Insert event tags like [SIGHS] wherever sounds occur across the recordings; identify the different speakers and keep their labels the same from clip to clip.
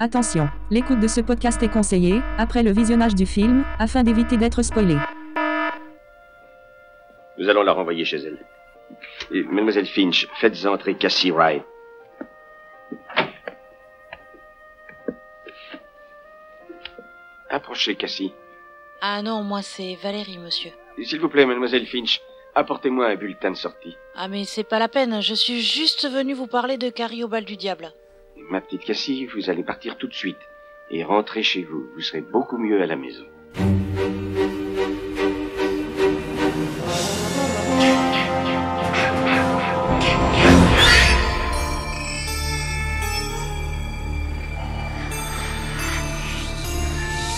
Speaker 1: Attention, l'écoute de ce podcast est conseillée, après le visionnage du film, afin d'éviter d'être spoilé.
Speaker 2: Nous allons la renvoyer chez elle. Et, Mademoiselle Finch, faites entrer Cassie Rye. Approchez, Cassie.
Speaker 3: Ah non, moi c'est Valérie, monsieur.
Speaker 2: Et S'il vous plaît, Mademoiselle Finch, apportez-moi un bulletin de sortie.
Speaker 3: Ah mais c'est pas la peine, je suis juste venue vous parler de Carrie au bal du diable.
Speaker 2: Ma petite Cassie, vous allez partir tout de suite et rentrer chez vous. Vous serez beaucoup mieux à la maison.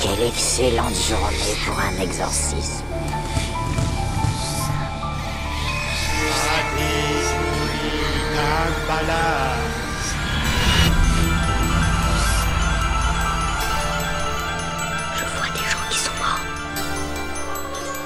Speaker 4: Quelle excellente journée pour un exorcisme. Je vois des gens qui sont morts.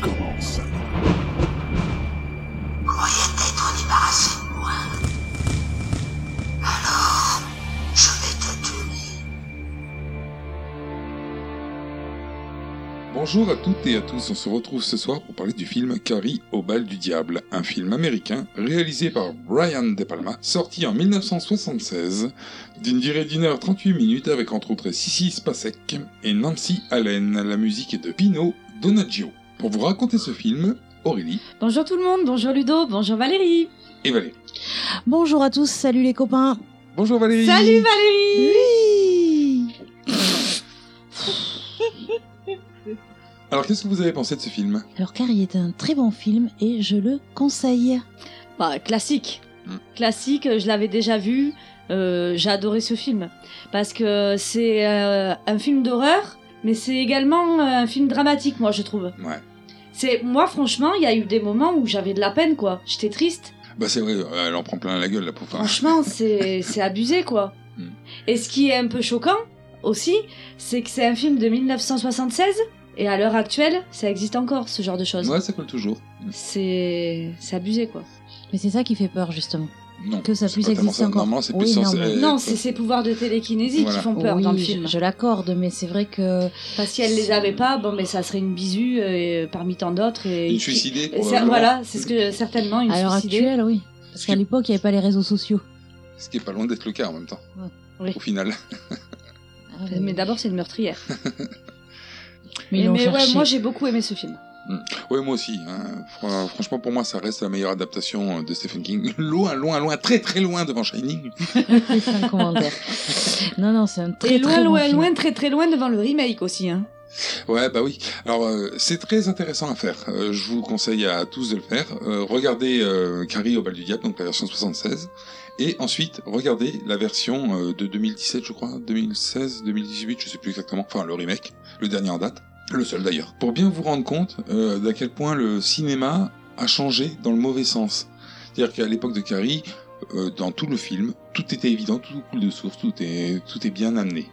Speaker 5: commence.
Speaker 4: Croyez t'être débarrassé de moi. Alors, je vais te tuer.
Speaker 5: Bonjour à toutes et à tous, on se retrouve ce soir pour parler du film Carrie au bal du diable, un film américain réalisé par Brian De Palma, sorti en 1976, d'une durée d'une heure 38 minutes avec entre autres Sissy Spacek et Nancy Allen. La musique est de Pino Donaggio. Pour vous raconter ce film, Aurélie
Speaker 6: Bonjour tout le monde, bonjour Ludo, bonjour Valérie.
Speaker 5: et Valérie.
Speaker 3: Bonjour à tous, salut les copains.
Speaker 5: Bonjour Valérie
Speaker 6: Salut Valérie
Speaker 3: Oui
Speaker 5: Alors qu'est-ce que vous avez pensé de ce film
Speaker 3: Alors Carrie est un très bon film et je le conseille.
Speaker 6: Bah, Classique.
Speaker 5: Mm.
Speaker 6: Classique, euh, je l'avais déjà vu, euh, j'ai adoré ce film. Parce que c'est euh, un film d'horreur, mais c'est également euh, un film dramatique, moi je trouve.
Speaker 5: Ouais.
Speaker 6: C'est Moi franchement, il y a eu des moments où j'avais de la peine, quoi. J'étais triste.
Speaker 5: Bah c'est vrai, euh, elle en prend plein la gueule la pauvre.
Speaker 6: [LAUGHS] Franchement, c'est c'est abusé, quoi.
Speaker 5: Mm.
Speaker 6: Et ce qui est un peu choquant aussi, c'est que c'est un film de 1976. Et à l'heure actuelle, ça existe encore, ce genre de choses.
Speaker 5: Ouais, ça colle toujours.
Speaker 6: C'est c'est abusé, quoi.
Speaker 7: Mais c'est ça qui fait peur, justement.
Speaker 5: Non,
Speaker 7: Que ça
Speaker 5: c'est
Speaker 7: puisse
Speaker 5: pas tellement
Speaker 7: exister encore.
Speaker 5: Normalement, c'est
Speaker 7: Oui,
Speaker 5: plus
Speaker 7: non,
Speaker 5: censé
Speaker 7: mais-
Speaker 5: être-
Speaker 6: Non, c'est ses pouvoirs de télékinésie
Speaker 5: Euh, Voilà.
Speaker 6: qui font peur
Speaker 7: Oui,
Speaker 6: dans le
Speaker 7: je-
Speaker 6: film.
Speaker 7: Je, l'accorde, mais c'est vrai que.
Speaker 6: Parce qu'elle les avait pas, bon, mais ça serait une bisu euh, parmi tant d'autres. Et...
Speaker 5: Une suicidée.
Speaker 6: Et ça-
Speaker 5: probablement.
Speaker 6: Voilà, c'est ce que certainement une
Speaker 7: à l'heure
Speaker 6: suicidée.
Speaker 7: actuelle, oui. Parce qu'à l'époque, il n'y avait pas les réseaux sociaux.
Speaker 5: Ce qui est pas loin d'être le cas en même temps.
Speaker 7: Oui.
Speaker 5: Au final.
Speaker 6: Mais d'abord, c'est une meurtrière.
Speaker 7: euh, Mais ils l'ont
Speaker 6: Ah mais ouais,
Speaker 7: cherché.
Speaker 6: moi j'ai beaucoup aimé ce film.
Speaker 5: Oui, moi aussi. hein. Fr- franchement, pour moi, ça reste la meilleure adaptation de Stephen King. Loin, loin, loin, très, très loin devant Shining.
Speaker 7: C'est ça, le commentaire. non, non, c'est un très
Speaker 6: et loin,
Speaker 7: très bon
Speaker 6: loin,
Speaker 7: film.
Speaker 6: loin, très très loin devant le remake aussi. Hein.
Speaker 5: Ouais, bah oui. Alors, euh, c'est très intéressant à faire. Euh, je vous conseille à tous de le faire. Euh, regardez euh, Carrie au bal du diable, donc la version 76. Et ensuite, regardez la version euh, de 2017, je crois, 2016, 2018, je sais plus exactement. Enfin, le remake, le dernier en date. Le seul d'ailleurs. Pour bien vous rendre compte euh, d'à quel point le cinéma a changé dans le mauvais sens. C'est-à-dire qu'à l'époque de Carrie, euh, dans tout le film, tout était évident, tout coule de source, tout est, tout est bien amené.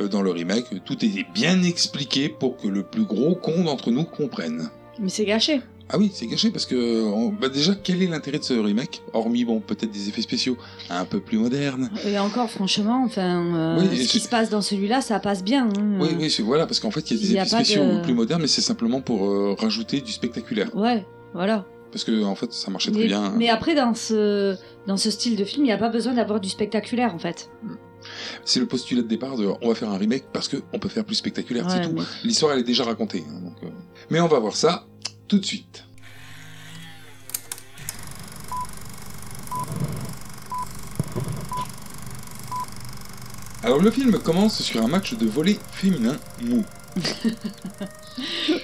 Speaker 5: Euh, dans le remake, tout était bien expliqué pour que le plus gros con d'entre nous comprenne.
Speaker 6: Mais c'est gâché.
Speaker 5: Ah oui, c'est gâché parce que euh, on- bah déjà, quel est l'intérêt de ce remake Hormis, bon, peut-être des effets spéciaux un peu plus modernes.
Speaker 6: Et encore, franchement, enfin, euh,
Speaker 5: Oui, et
Speaker 6: ce qui
Speaker 5: c'est-
Speaker 6: se passe dans celui-là, ça passe bien. hein.
Speaker 5: Oui, oui, c'est- voilà, parce qu'en fait, il y a des
Speaker 6: Il y a
Speaker 5: effets
Speaker 6: pas
Speaker 5: spéciaux
Speaker 6: de-
Speaker 5: plus modernes, mais c'est simplement pour euh, rajouter du spectaculaire.
Speaker 6: Ouais, voilà.
Speaker 5: Parce que, en fait, ça marchait très
Speaker 6: Mais,
Speaker 5: bien. hein. euh,
Speaker 6: mais après, dans ce, dans ce style de film, il n'y a pas besoin d'avoir du spectaculaire en fait.
Speaker 5: C'est le postulat de départ de on va faire un remake parce que on peut faire plus spectaculaire, c'est
Speaker 7: Ouais,
Speaker 5: tout.
Speaker 7: mais-
Speaker 5: L'histoire, elle est déjà racontée. hein, donc, euh. Mais on va voir ça tout de suite. Alors le film commence sur un match de volley féminin mou.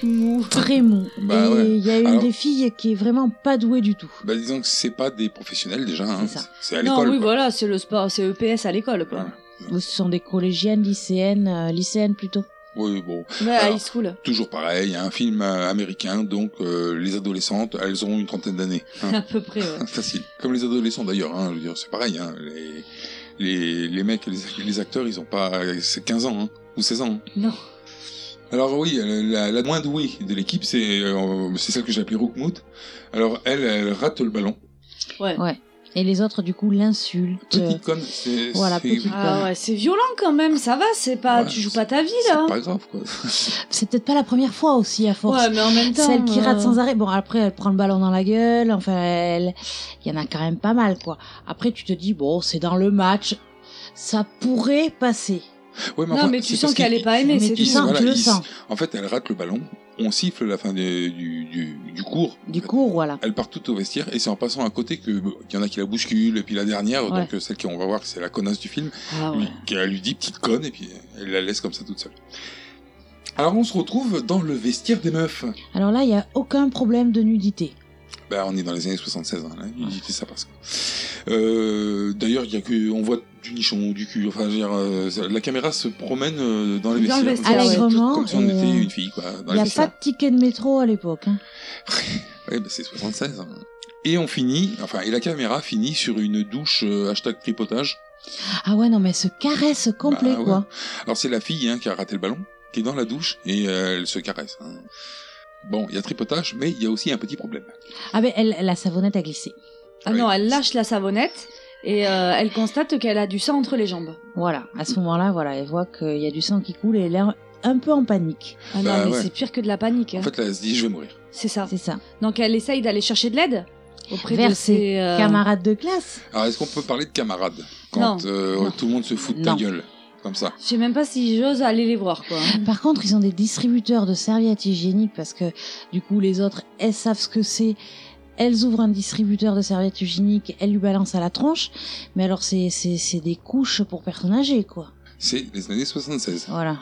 Speaker 6: Mou.
Speaker 7: Très mou.
Speaker 5: Bah
Speaker 7: et
Speaker 5: ouais.
Speaker 7: il y a une
Speaker 5: Alors-
Speaker 7: des filles qui est vraiment pas douée du tout.
Speaker 5: Bah disons que c'est pas des professionnels déjà, hein,
Speaker 7: C'est ça.
Speaker 5: c'est à
Speaker 6: Non,
Speaker 5: l'école.
Speaker 6: oui,
Speaker 5: quoi.
Speaker 6: voilà, c'est le sport, c'est EPS à l'école, quoi.
Speaker 5: Voilà.
Speaker 7: Ou ce sont des collégiennes, lycéennes, euh, lycéennes plutôt.
Speaker 5: Oui, bon,
Speaker 6: Ouais,
Speaker 5: Alors.
Speaker 6: high school.
Speaker 5: toujours pareil, un film euh, américain, donc euh, les adolescentes, elles auront une trentaine d'années. hein.
Speaker 6: [LAUGHS]
Speaker 5: [LAUGHS]
Speaker 6: À peu près, ouais.
Speaker 5: Facile. Comme les adolescents d'ailleurs, hein, je veux dire, c'est pareil. Hein, les... les, les mecs, les, les acteurs, ils ont pas c'est 15 ans hein, ou 16 ans. hein.
Speaker 6: Non.
Speaker 5: Alors oui, la, la moins douée de l'équipe, c'est euh, c'est celle que j'ai appelée Rookmout. Alors elle, elle rate le ballon.
Speaker 6: Euh, Ouais.
Speaker 7: Ouais. Et les autres, du coup, l'insultent.
Speaker 5: Petite conne, c'est
Speaker 7: Voilà,
Speaker 5: c'est-
Speaker 7: petite
Speaker 6: Ah ouais, c'est violent quand même, ça va, c'est pas,
Speaker 5: Ouais,
Speaker 6: tu joues pas ta vie
Speaker 5: c'est
Speaker 6: là. hein.
Speaker 5: pas grave quoi.
Speaker 7: C'est peut-être pas la première fois aussi, à force.
Speaker 6: Ouais, mais en même temps.
Speaker 7: Celle qui rate
Speaker 6: euh,
Speaker 7: sans arrêt. Bon, après, elle prend le ballon dans la gueule. Enfin, elle... il y en a quand même pas mal, quoi. Après, tu te dis, bon, c'est dans le match. Ça pourrait passer.
Speaker 5: Ouais, mais
Speaker 6: Non,
Speaker 5: enfin,
Speaker 6: mais
Speaker 5: c'est
Speaker 6: tu sens
Speaker 5: parce
Speaker 6: qu'elle
Speaker 5: qu'il-
Speaker 6: est pas aimée,
Speaker 7: Mais
Speaker 6: c'est
Speaker 7: tu
Speaker 6: tout.
Speaker 7: sens,
Speaker 5: Voilà,
Speaker 7: tu le
Speaker 5: il-
Speaker 7: sens.
Speaker 5: En fait, elle rate le ballon, on siffle la fin de- du, du, du cours.
Speaker 7: Du coup, voilà.
Speaker 5: Elle part tout au vestiaire et c'est en passant à côté que qu'il y en a qui la bousculent et puis la dernière,
Speaker 7: Ouais.
Speaker 5: donc euh, celle qui on va voir que c'est la connasse du film,
Speaker 6: Ah ouais.
Speaker 5: lui, qui- elle lui dit petite conne et puis elle la laisse comme ça toute seule. Alors on se retrouve dans le vestiaire des meufs.
Speaker 7: Alors là, il y a aucun problème de nudité.
Speaker 5: Bah, on est dans les années 76, hein, là, il dit ça parce que. Euh, D'ailleurs, il y a que on voit du nichon, du cul. Enfin, je veux dire, euh, ça- la caméra se promène euh, dans les
Speaker 6: Dans
Speaker 5: vestiaires,
Speaker 6: le vestiaire,
Speaker 5: comme si-
Speaker 7: Allègrement,
Speaker 5: comme si on
Speaker 7: et,
Speaker 5: était
Speaker 7: euh,
Speaker 5: une fille, quoi. dans
Speaker 7: Il
Speaker 5: les
Speaker 7: n'y a
Speaker 5: vestiaires.
Speaker 7: pas de ticket de métro à l'époque. hein.
Speaker 5: Ouais, bah, c'est 76. hein. Et on finit, enfin, et la caméra finit sur une douche euh, hashtag tripotage.
Speaker 7: Ah ouais, non, mais elle se caresse complet,
Speaker 5: Bah, ouais.
Speaker 7: quoi.
Speaker 5: Alors, c'est la fille hein, qui a raté le ballon, qui est dans la douche, et euh, elle se caresse. hein. Bon, il y a tripotage, mais il y a aussi un petit problème.
Speaker 7: Ah ben, elle, la savonnette a glissé.
Speaker 6: Ah
Speaker 5: Oui.
Speaker 6: non, elle lâche la savonnette et euh, elle constate qu'elle a du sang entre les jambes.
Speaker 7: Voilà. À ce moment-là, voilà, elle voit qu'il y a du sang qui coule et elle est un peu en panique.
Speaker 6: Ah non,
Speaker 5: Bah
Speaker 6: mais
Speaker 5: ouais.
Speaker 6: c'est pire que de la panique. hein.
Speaker 5: En fait, là, elle se dit, je vais mourir.
Speaker 6: C'est ça.
Speaker 7: C'est ça.
Speaker 6: Donc elle essaye d'aller chercher de l'aide auprès
Speaker 7: Vers
Speaker 6: de
Speaker 7: ses
Speaker 6: ses euh,
Speaker 7: Camarade de classe.
Speaker 5: Alors, est-ce qu'on peut parler de camarades quand
Speaker 6: Non.
Speaker 5: euh,
Speaker 6: Non.
Speaker 5: tout le monde se fout de ta
Speaker 7: Non.
Speaker 5: gueule Comme ça.
Speaker 6: Je sais même pas si j'ose aller les voir quoi.
Speaker 7: Par contre, ils ont des distributeurs de serviettes hygiéniques parce que du coup, les autres, elles savent ce que c'est. Elles ouvrent un distributeur de serviettes hygiéniques, elles lui balancent à la tronche. Mais alors, c'est c'est- c'est des couches pour personnes âgées, quoi.
Speaker 5: C'est les années 76.
Speaker 7: Voilà.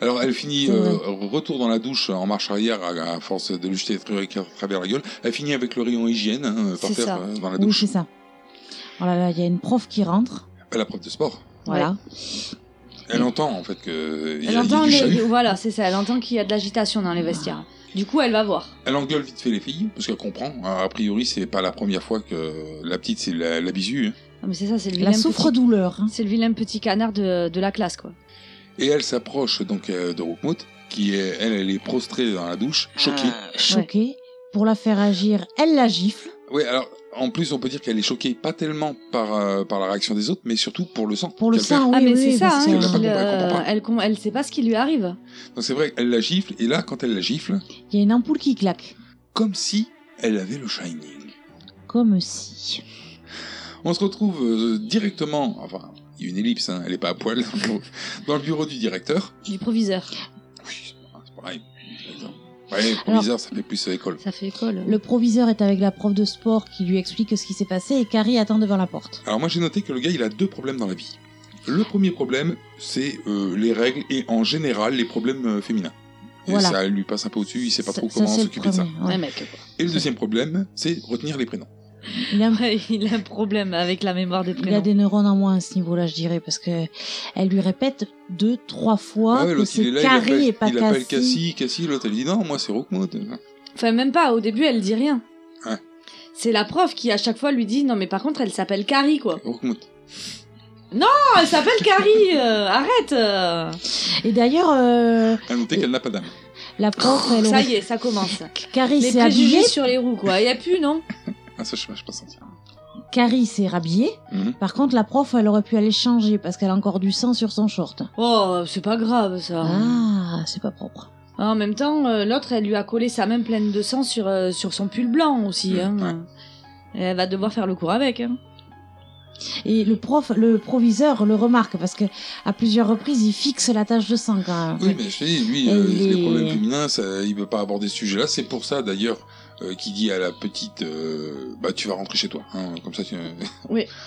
Speaker 5: Alors, elle finit,
Speaker 7: C'est
Speaker 5: euh, retour dans la douche en marche arrière, à, à force de lui jeter des trucs à travers la gueule. Elle finit avec le rayon hygiène, hein, par
Speaker 6: C'est
Speaker 5: terre,
Speaker 6: ça.
Speaker 5: euh, dans la
Speaker 7: Oui,
Speaker 5: douche.
Speaker 7: c'est ça. Voilà, là, il y a une prof qui rentre.
Speaker 5: Bah, la prof de sport.
Speaker 7: Voilà.
Speaker 5: Elle entend en fait que il y a-
Speaker 6: Elle
Speaker 5: il y a
Speaker 6: entend
Speaker 5: du
Speaker 6: les-
Speaker 5: chahut.
Speaker 6: voilà, c'est ça, elle entend qu'il y a de l'agitation dans les vestiaires. Du coup, elle va voir.
Speaker 5: Elle engueule vite fait les filles parce qu'elle comprend. Alors, A priori, c'est pas la première fois que la petite c'est la, la bisu. hein.
Speaker 6: Non, Ah, mais c'est ça, c'est le vilain
Speaker 7: La souffre-douleur. hein.
Speaker 6: petit... C'est le vilain petit canard de, de la classe quoi.
Speaker 5: Et elle s'approche donc euh, de Roukmout qui est elle elle est prostrée dans la douche,
Speaker 7: Ah.
Speaker 5: Ah, choquée.
Speaker 7: choquée. Pour la faire agir, elle la gifle.
Speaker 5: Oui, alors en plus on peut dire qu'elle est choquée pas tellement par euh, par la réaction des autres, mais surtout pour le sang.
Speaker 7: Pour le
Speaker 5: qu'elle perd.
Speaker 7: sang, oui,
Speaker 6: ah mais
Speaker 7: oui,
Speaker 6: c'est
Speaker 7: oui,
Speaker 6: ça,
Speaker 7: parce
Speaker 6: hein,
Speaker 5: elle a
Speaker 7: que-
Speaker 5: pas
Speaker 6: qu'il,
Speaker 5: compris, elle
Speaker 6: euh,
Speaker 5: comprend pas.
Speaker 6: elle, com- elle sait pas ce qui lui arrive.
Speaker 5: Donc c'est vrai, elle la gifle et là quand elle la gifle,
Speaker 7: Il y a une ampoule qui claque.
Speaker 5: comme si elle avait le shining.
Speaker 7: Comme si.
Speaker 5: On se retrouve euh, directement, enfin, il y a une ellipse, hein, elle est pas à poil, [LAUGHS] dans le bureau du directeur.
Speaker 6: Du proviseur.
Speaker 5: Oui, c'est pareil. directeur. Ouais,
Speaker 7: Alors-
Speaker 5: proviseur, ça fait plus euh, école.
Speaker 6: Ça fait école.
Speaker 7: Le proviseur est avec la prof de sport qui lui explique ce qui s'est passé et Carrie attend devant la porte.
Speaker 5: Alors moi j'ai noté que le gars il a deux problèmes dans la vie. Le premier problème, c'est euh, les règles et en général les problèmes euh, féminins. Et
Speaker 7: Voilà.
Speaker 5: ça lui passe un peu au-dessus, il sait pas
Speaker 7: Ça-
Speaker 5: trop
Speaker 7: ça,
Speaker 5: comment
Speaker 7: c'est le
Speaker 5: s'occuper de ça.
Speaker 7: premier, ouais.
Speaker 6: Ouais, mec. quoi.
Speaker 5: Et le deuxième problème, c'est retenir les prénoms.
Speaker 7: Il, a,
Speaker 6: [LAUGHS] Ouais, il a un problème avec la mémoire des
Speaker 7: il a
Speaker 6: prénoms.
Speaker 7: des neurones en moins à ce niveau-là, je dirais, parce que elle lui répète deux, trois fois
Speaker 5: Ah ouais,
Speaker 7: que
Speaker 5: l'autre,
Speaker 7: c'est Carrie et
Speaker 5: il
Speaker 7: pas
Speaker 5: appelle, il appelle
Speaker 7: Cassie.
Speaker 5: Cassie, Cassie, l'autre elle dit non, moi c'est Rockmode.
Speaker 6: Enfin, même pas. Au début, elle dit rien.
Speaker 5: Ouais.
Speaker 6: C'est la prof qui, à chaque fois, lui dit Non, mais par contre, elle s'appelle Carrie, quoi.
Speaker 5: Rockmode.
Speaker 6: Oh, elle s'appelle Carrie euh, Arrête euh.
Speaker 7: Et d'ailleurs, euh,
Speaker 5: Elle a noté qu'elle n'a pas d'âme.
Speaker 7: la prof, elle
Speaker 6: Oh, Ça
Speaker 7: aurait-
Speaker 6: y est, ça commence.
Speaker 7: Carrie
Speaker 6: Les
Speaker 7: s'est habillée,
Speaker 6: préjugés sur les roues, quoi. Il y a plus, non
Speaker 5: Ah ça je sais pas, je sais pas senti.
Speaker 7: Carrie s'est rhabillée.
Speaker 5: Mhm.
Speaker 7: Par contre, la prof, elle aurait pu aller changer parce qu'elle a encore du sang sur son short.
Speaker 6: Oh, c'est pas grave, ça.
Speaker 7: Ah, c'est pas propre.
Speaker 6: En même temps, euh, l'autre, elle lui a collé sa main pleine de sang sur, euh, sur son pull blanc aussi.
Speaker 5: Mm.
Speaker 6: hein. Elle va devoir faire le cours avec. hein.
Speaker 7: Et le prof, le proviseur le remarque parce que à plusieurs reprises, il fixe la tache de sang quand même.
Speaker 5: Oui, mais je te dis, lui,
Speaker 7: Et
Speaker 5: euh,
Speaker 7: les-
Speaker 5: les problèmes féminins, ça, il veut pas aborder ce sujet-là. C'est pour ça, d'ailleurs, euh, qu'il dit à la petite, euh, bah, tu vas rentrer chez toi. hein, comme ça, tu...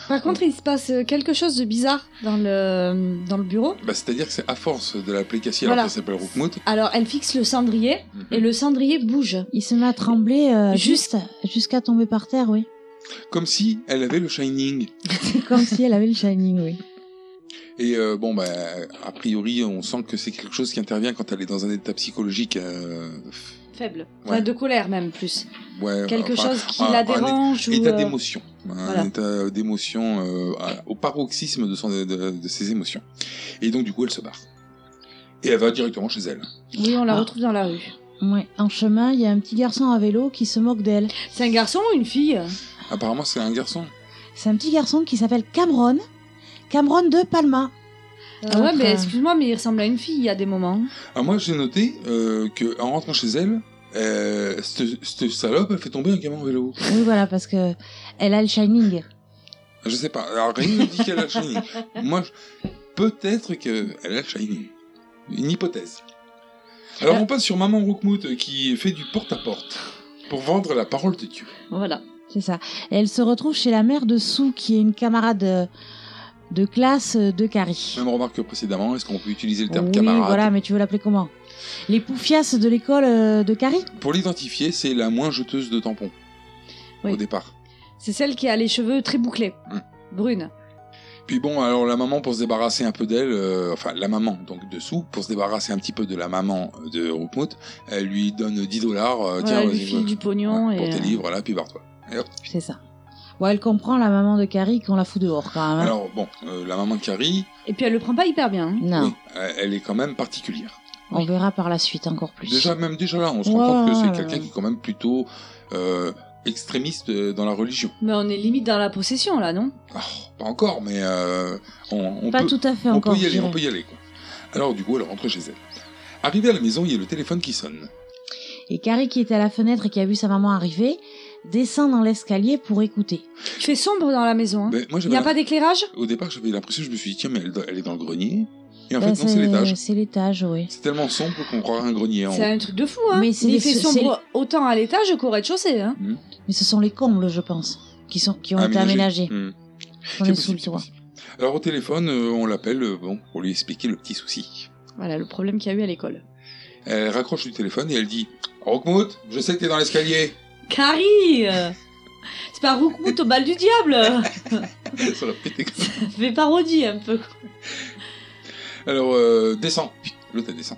Speaker 6: Par contre, il se passe euh, quelque chose de bizarre dans le, dans le bureau.
Speaker 5: bah, c'est-à-dire que c'est à force de l'appeler Cassie,
Speaker 6: Voilà.
Speaker 5: alors qu'elle s'appelle Rookmout.
Speaker 6: Alors, elle fixe le cendrier et le cendrier bouge.
Speaker 7: Il se met à trembler euh,
Speaker 6: Juste-
Speaker 7: juste jusqu'à tomber par terre, oui. [LAUGHS]
Speaker 5: Comme si elle avait le Shining.
Speaker 7: C'est comme si elle avait le shining, oui.
Speaker 5: Et euh, bon, bah, a priori, on sent que c'est quelque chose qui intervient quand elle est dans un état psychologique euh,
Speaker 6: faible.
Speaker 5: Ouais.
Speaker 6: Enfin, de colère même plus.
Speaker 5: Ouais, bah,
Speaker 6: Quelque
Speaker 5: enfin,
Speaker 6: chose qui
Speaker 5: un-
Speaker 6: la
Speaker 5: un
Speaker 6: dérange ou.
Speaker 5: état
Speaker 6: euh,
Speaker 5: d'émotion, hein, un
Speaker 6: voilà.
Speaker 5: état d'émotion euh, à- au paroxysme de, son, de, de ses émotions. Et donc du coup, elle se barre. Et elle va directement chez elle.
Speaker 6: Oui, on la
Speaker 7: Ah.
Speaker 6: retrouve dans la rue.
Speaker 7: Ouais, en chemin, il y a un petit garçon à vélo qui se moque d'elle.
Speaker 6: C'est un garçon ou une fille
Speaker 5: Apparemment, c'est un garçon.
Speaker 7: C'est un petit garçon qui s'appelle Cameron. Cameron de Palma.
Speaker 6: Ah ouais,
Speaker 7: Alors,
Speaker 6: mais
Speaker 7: euh,
Speaker 6: excuse-moi, mais il ressemble à une fille à des moments.
Speaker 5: Alors moi, j'ai noté euh, que en rentrant chez elle, euh, cette cette salope, elle fait tomber un gamin en vélo.
Speaker 7: Oui, voilà, parce que elle a le shining.
Speaker 5: Je sais pas. Alors rien ne dit qu'elle a le
Speaker 6: [LAUGHS]
Speaker 5: Shining. Moi, je- peut-être qu'elle a le Shining. Une hypothèse. Alors on passe sur Maman Rookmout qui fait du porte-à-porte pour vendre la parole de Dieu.
Speaker 6: Voilà.
Speaker 7: C'est ça. Et elle se retrouve chez la mère de Sue, qui est une camarade euh, de classe euh, de Carrie.
Speaker 5: Même remarque que précédemment, est-ce qu'on peut utiliser le terme
Speaker 7: Oui,
Speaker 5: camarade
Speaker 7: voilà, mais tu veux l'appeler comment Les poufias de l'école euh, de Carrie
Speaker 5: Pour l'identifier, c'est la moins jeteuse de tampons
Speaker 6: Oui.
Speaker 5: au départ.
Speaker 6: C'est celle qui a les cheveux très bouclés.
Speaker 5: Hmm.
Speaker 6: Brune.
Speaker 5: Puis bon, alors la maman pour se débarrasser un peu d'elle, euh, enfin la maman donc dessous, pour se débarrasser un petit peu de la maman euh, de Rookmout, elle lui donne 10 dollars. euh,
Speaker 6: Voilà,
Speaker 5: tiens,
Speaker 6: elle lui
Speaker 5: vas-y,
Speaker 6: file
Speaker 5: voilà.
Speaker 6: du pognon
Speaker 5: Ouais, pour
Speaker 6: et.
Speaker 5: tes
Speaker 6: euh,
Speaker 5: livres, là, puis barre-toi.
Speaker 7: C'est ça. Bon, elle comprend la maman de Carrie qu'on la fout dehors quand même. hein.
Speaker 5: Alors bon, euh, la maman de Carrie,
Speaker 6: Et puis elle le prend pas hyper bien. hein.
Speaker 7: non,
Speaker 5: oui, euh, elle est quand même particulière.
Speaker 7: on verra par la suite encore plus.
Speaker 5: Déjà, même déjà là, on se
Speaker 7: Ouais,
Speaker 5: rend compte que
Speaker 7: ouais,
Speaker 5: c'est
Speaker 7: ouais,
Speaker 5: quelqu'un
Speaker 7: ouais.
Speaker 5: qui est quand même plutôt euh, extrémiste euh, dans la religion.
Speaker 6: Mais on est limite dans la possession là, non
Speaker 5: Oh, pas encore, mais euh, on, on
Speaker 7: Pas
Speaker 5: peut,
Speaker 7: tout à fait
Speaker 5: on
Speaker 7: encore.
Speaker 5: peut y
Speaker 7: je
Speaker 5: aller, on
Speaker 7: dirais.
Speaker 5: peut y aller. Quoi. Alors du coup, elle rentre chez elle. Arrivée à la maison, il y a le téléphone qui sonne.
Speaker 7: Hein Et Carrie, qui était à la fenêtre et qui a vu sa maman arriver, descend dans l'escalier pour écouter.
Speaker 6: Il fait sombre dans la maison. hein.
Speaker 5: Mais Ben, moi,
Speaker 6: Il
Speaker 5: j'avais
Speaker 6: n'y a
Speaker 5: l'im-
Speaker 6: pas d'éclairage
Speaker 5: au départ, j'avais l'impression, je me suis dit tiens, mais elle, do- elle est dans le grenier. Et en
Speaker 7: Ben,
Speaker 5: fait, non, c'est l'étage.
Speaker 7: C'est l'étage, oui.
Speaker 5: C'est tellement sombre qu'on croirait un grenier. En...
Speaker 6: C'est
Speaker 5: haut.
Speaker 6: un truc de fou, hein
Speaker 7: Mais c'est
Speaker 6: Il
Speaker 7: des-
Speaker 6: fait
Speaker 7: c'est-
Speaker 6: sombre autant à l'étage qu'au rez-de-chaussée, hein
Speaker 7: Mais ce sont les combles, je pense, qui, sont, qui ont été
Speaker 5: Aménagé.
Speaker 7: aménagés.
Speaker 5: Hmm.
Speaker 7: On
Speaker 5: C'est
Speaker 7: est
Speaker 5: possible,
Speaker 7: sous le
Speaker 5: c'est
Speaker 7: toit.
Speaker 5: possible. Alors au téléphone, euh, on l'appelle euh, bon, pour lui expliquer le petit souci.
Speaker 6: Voilà le problème qu'il y a eu à l'école.
Speaker 5: Elle raccroche du téléphone et elle dit Rockmouth, je sais que t'es dans l'escalier [LAUGHS]
Speaker 6: Carrie euh, C'est pas Rookmout au bal du diable [LAUGHS]
Speaker 5: Ça aurait pété comme ça.
Speaker 6: Ça fait parodie un peu.
Speaker 5: Alors euh, descends L'autre elle descend.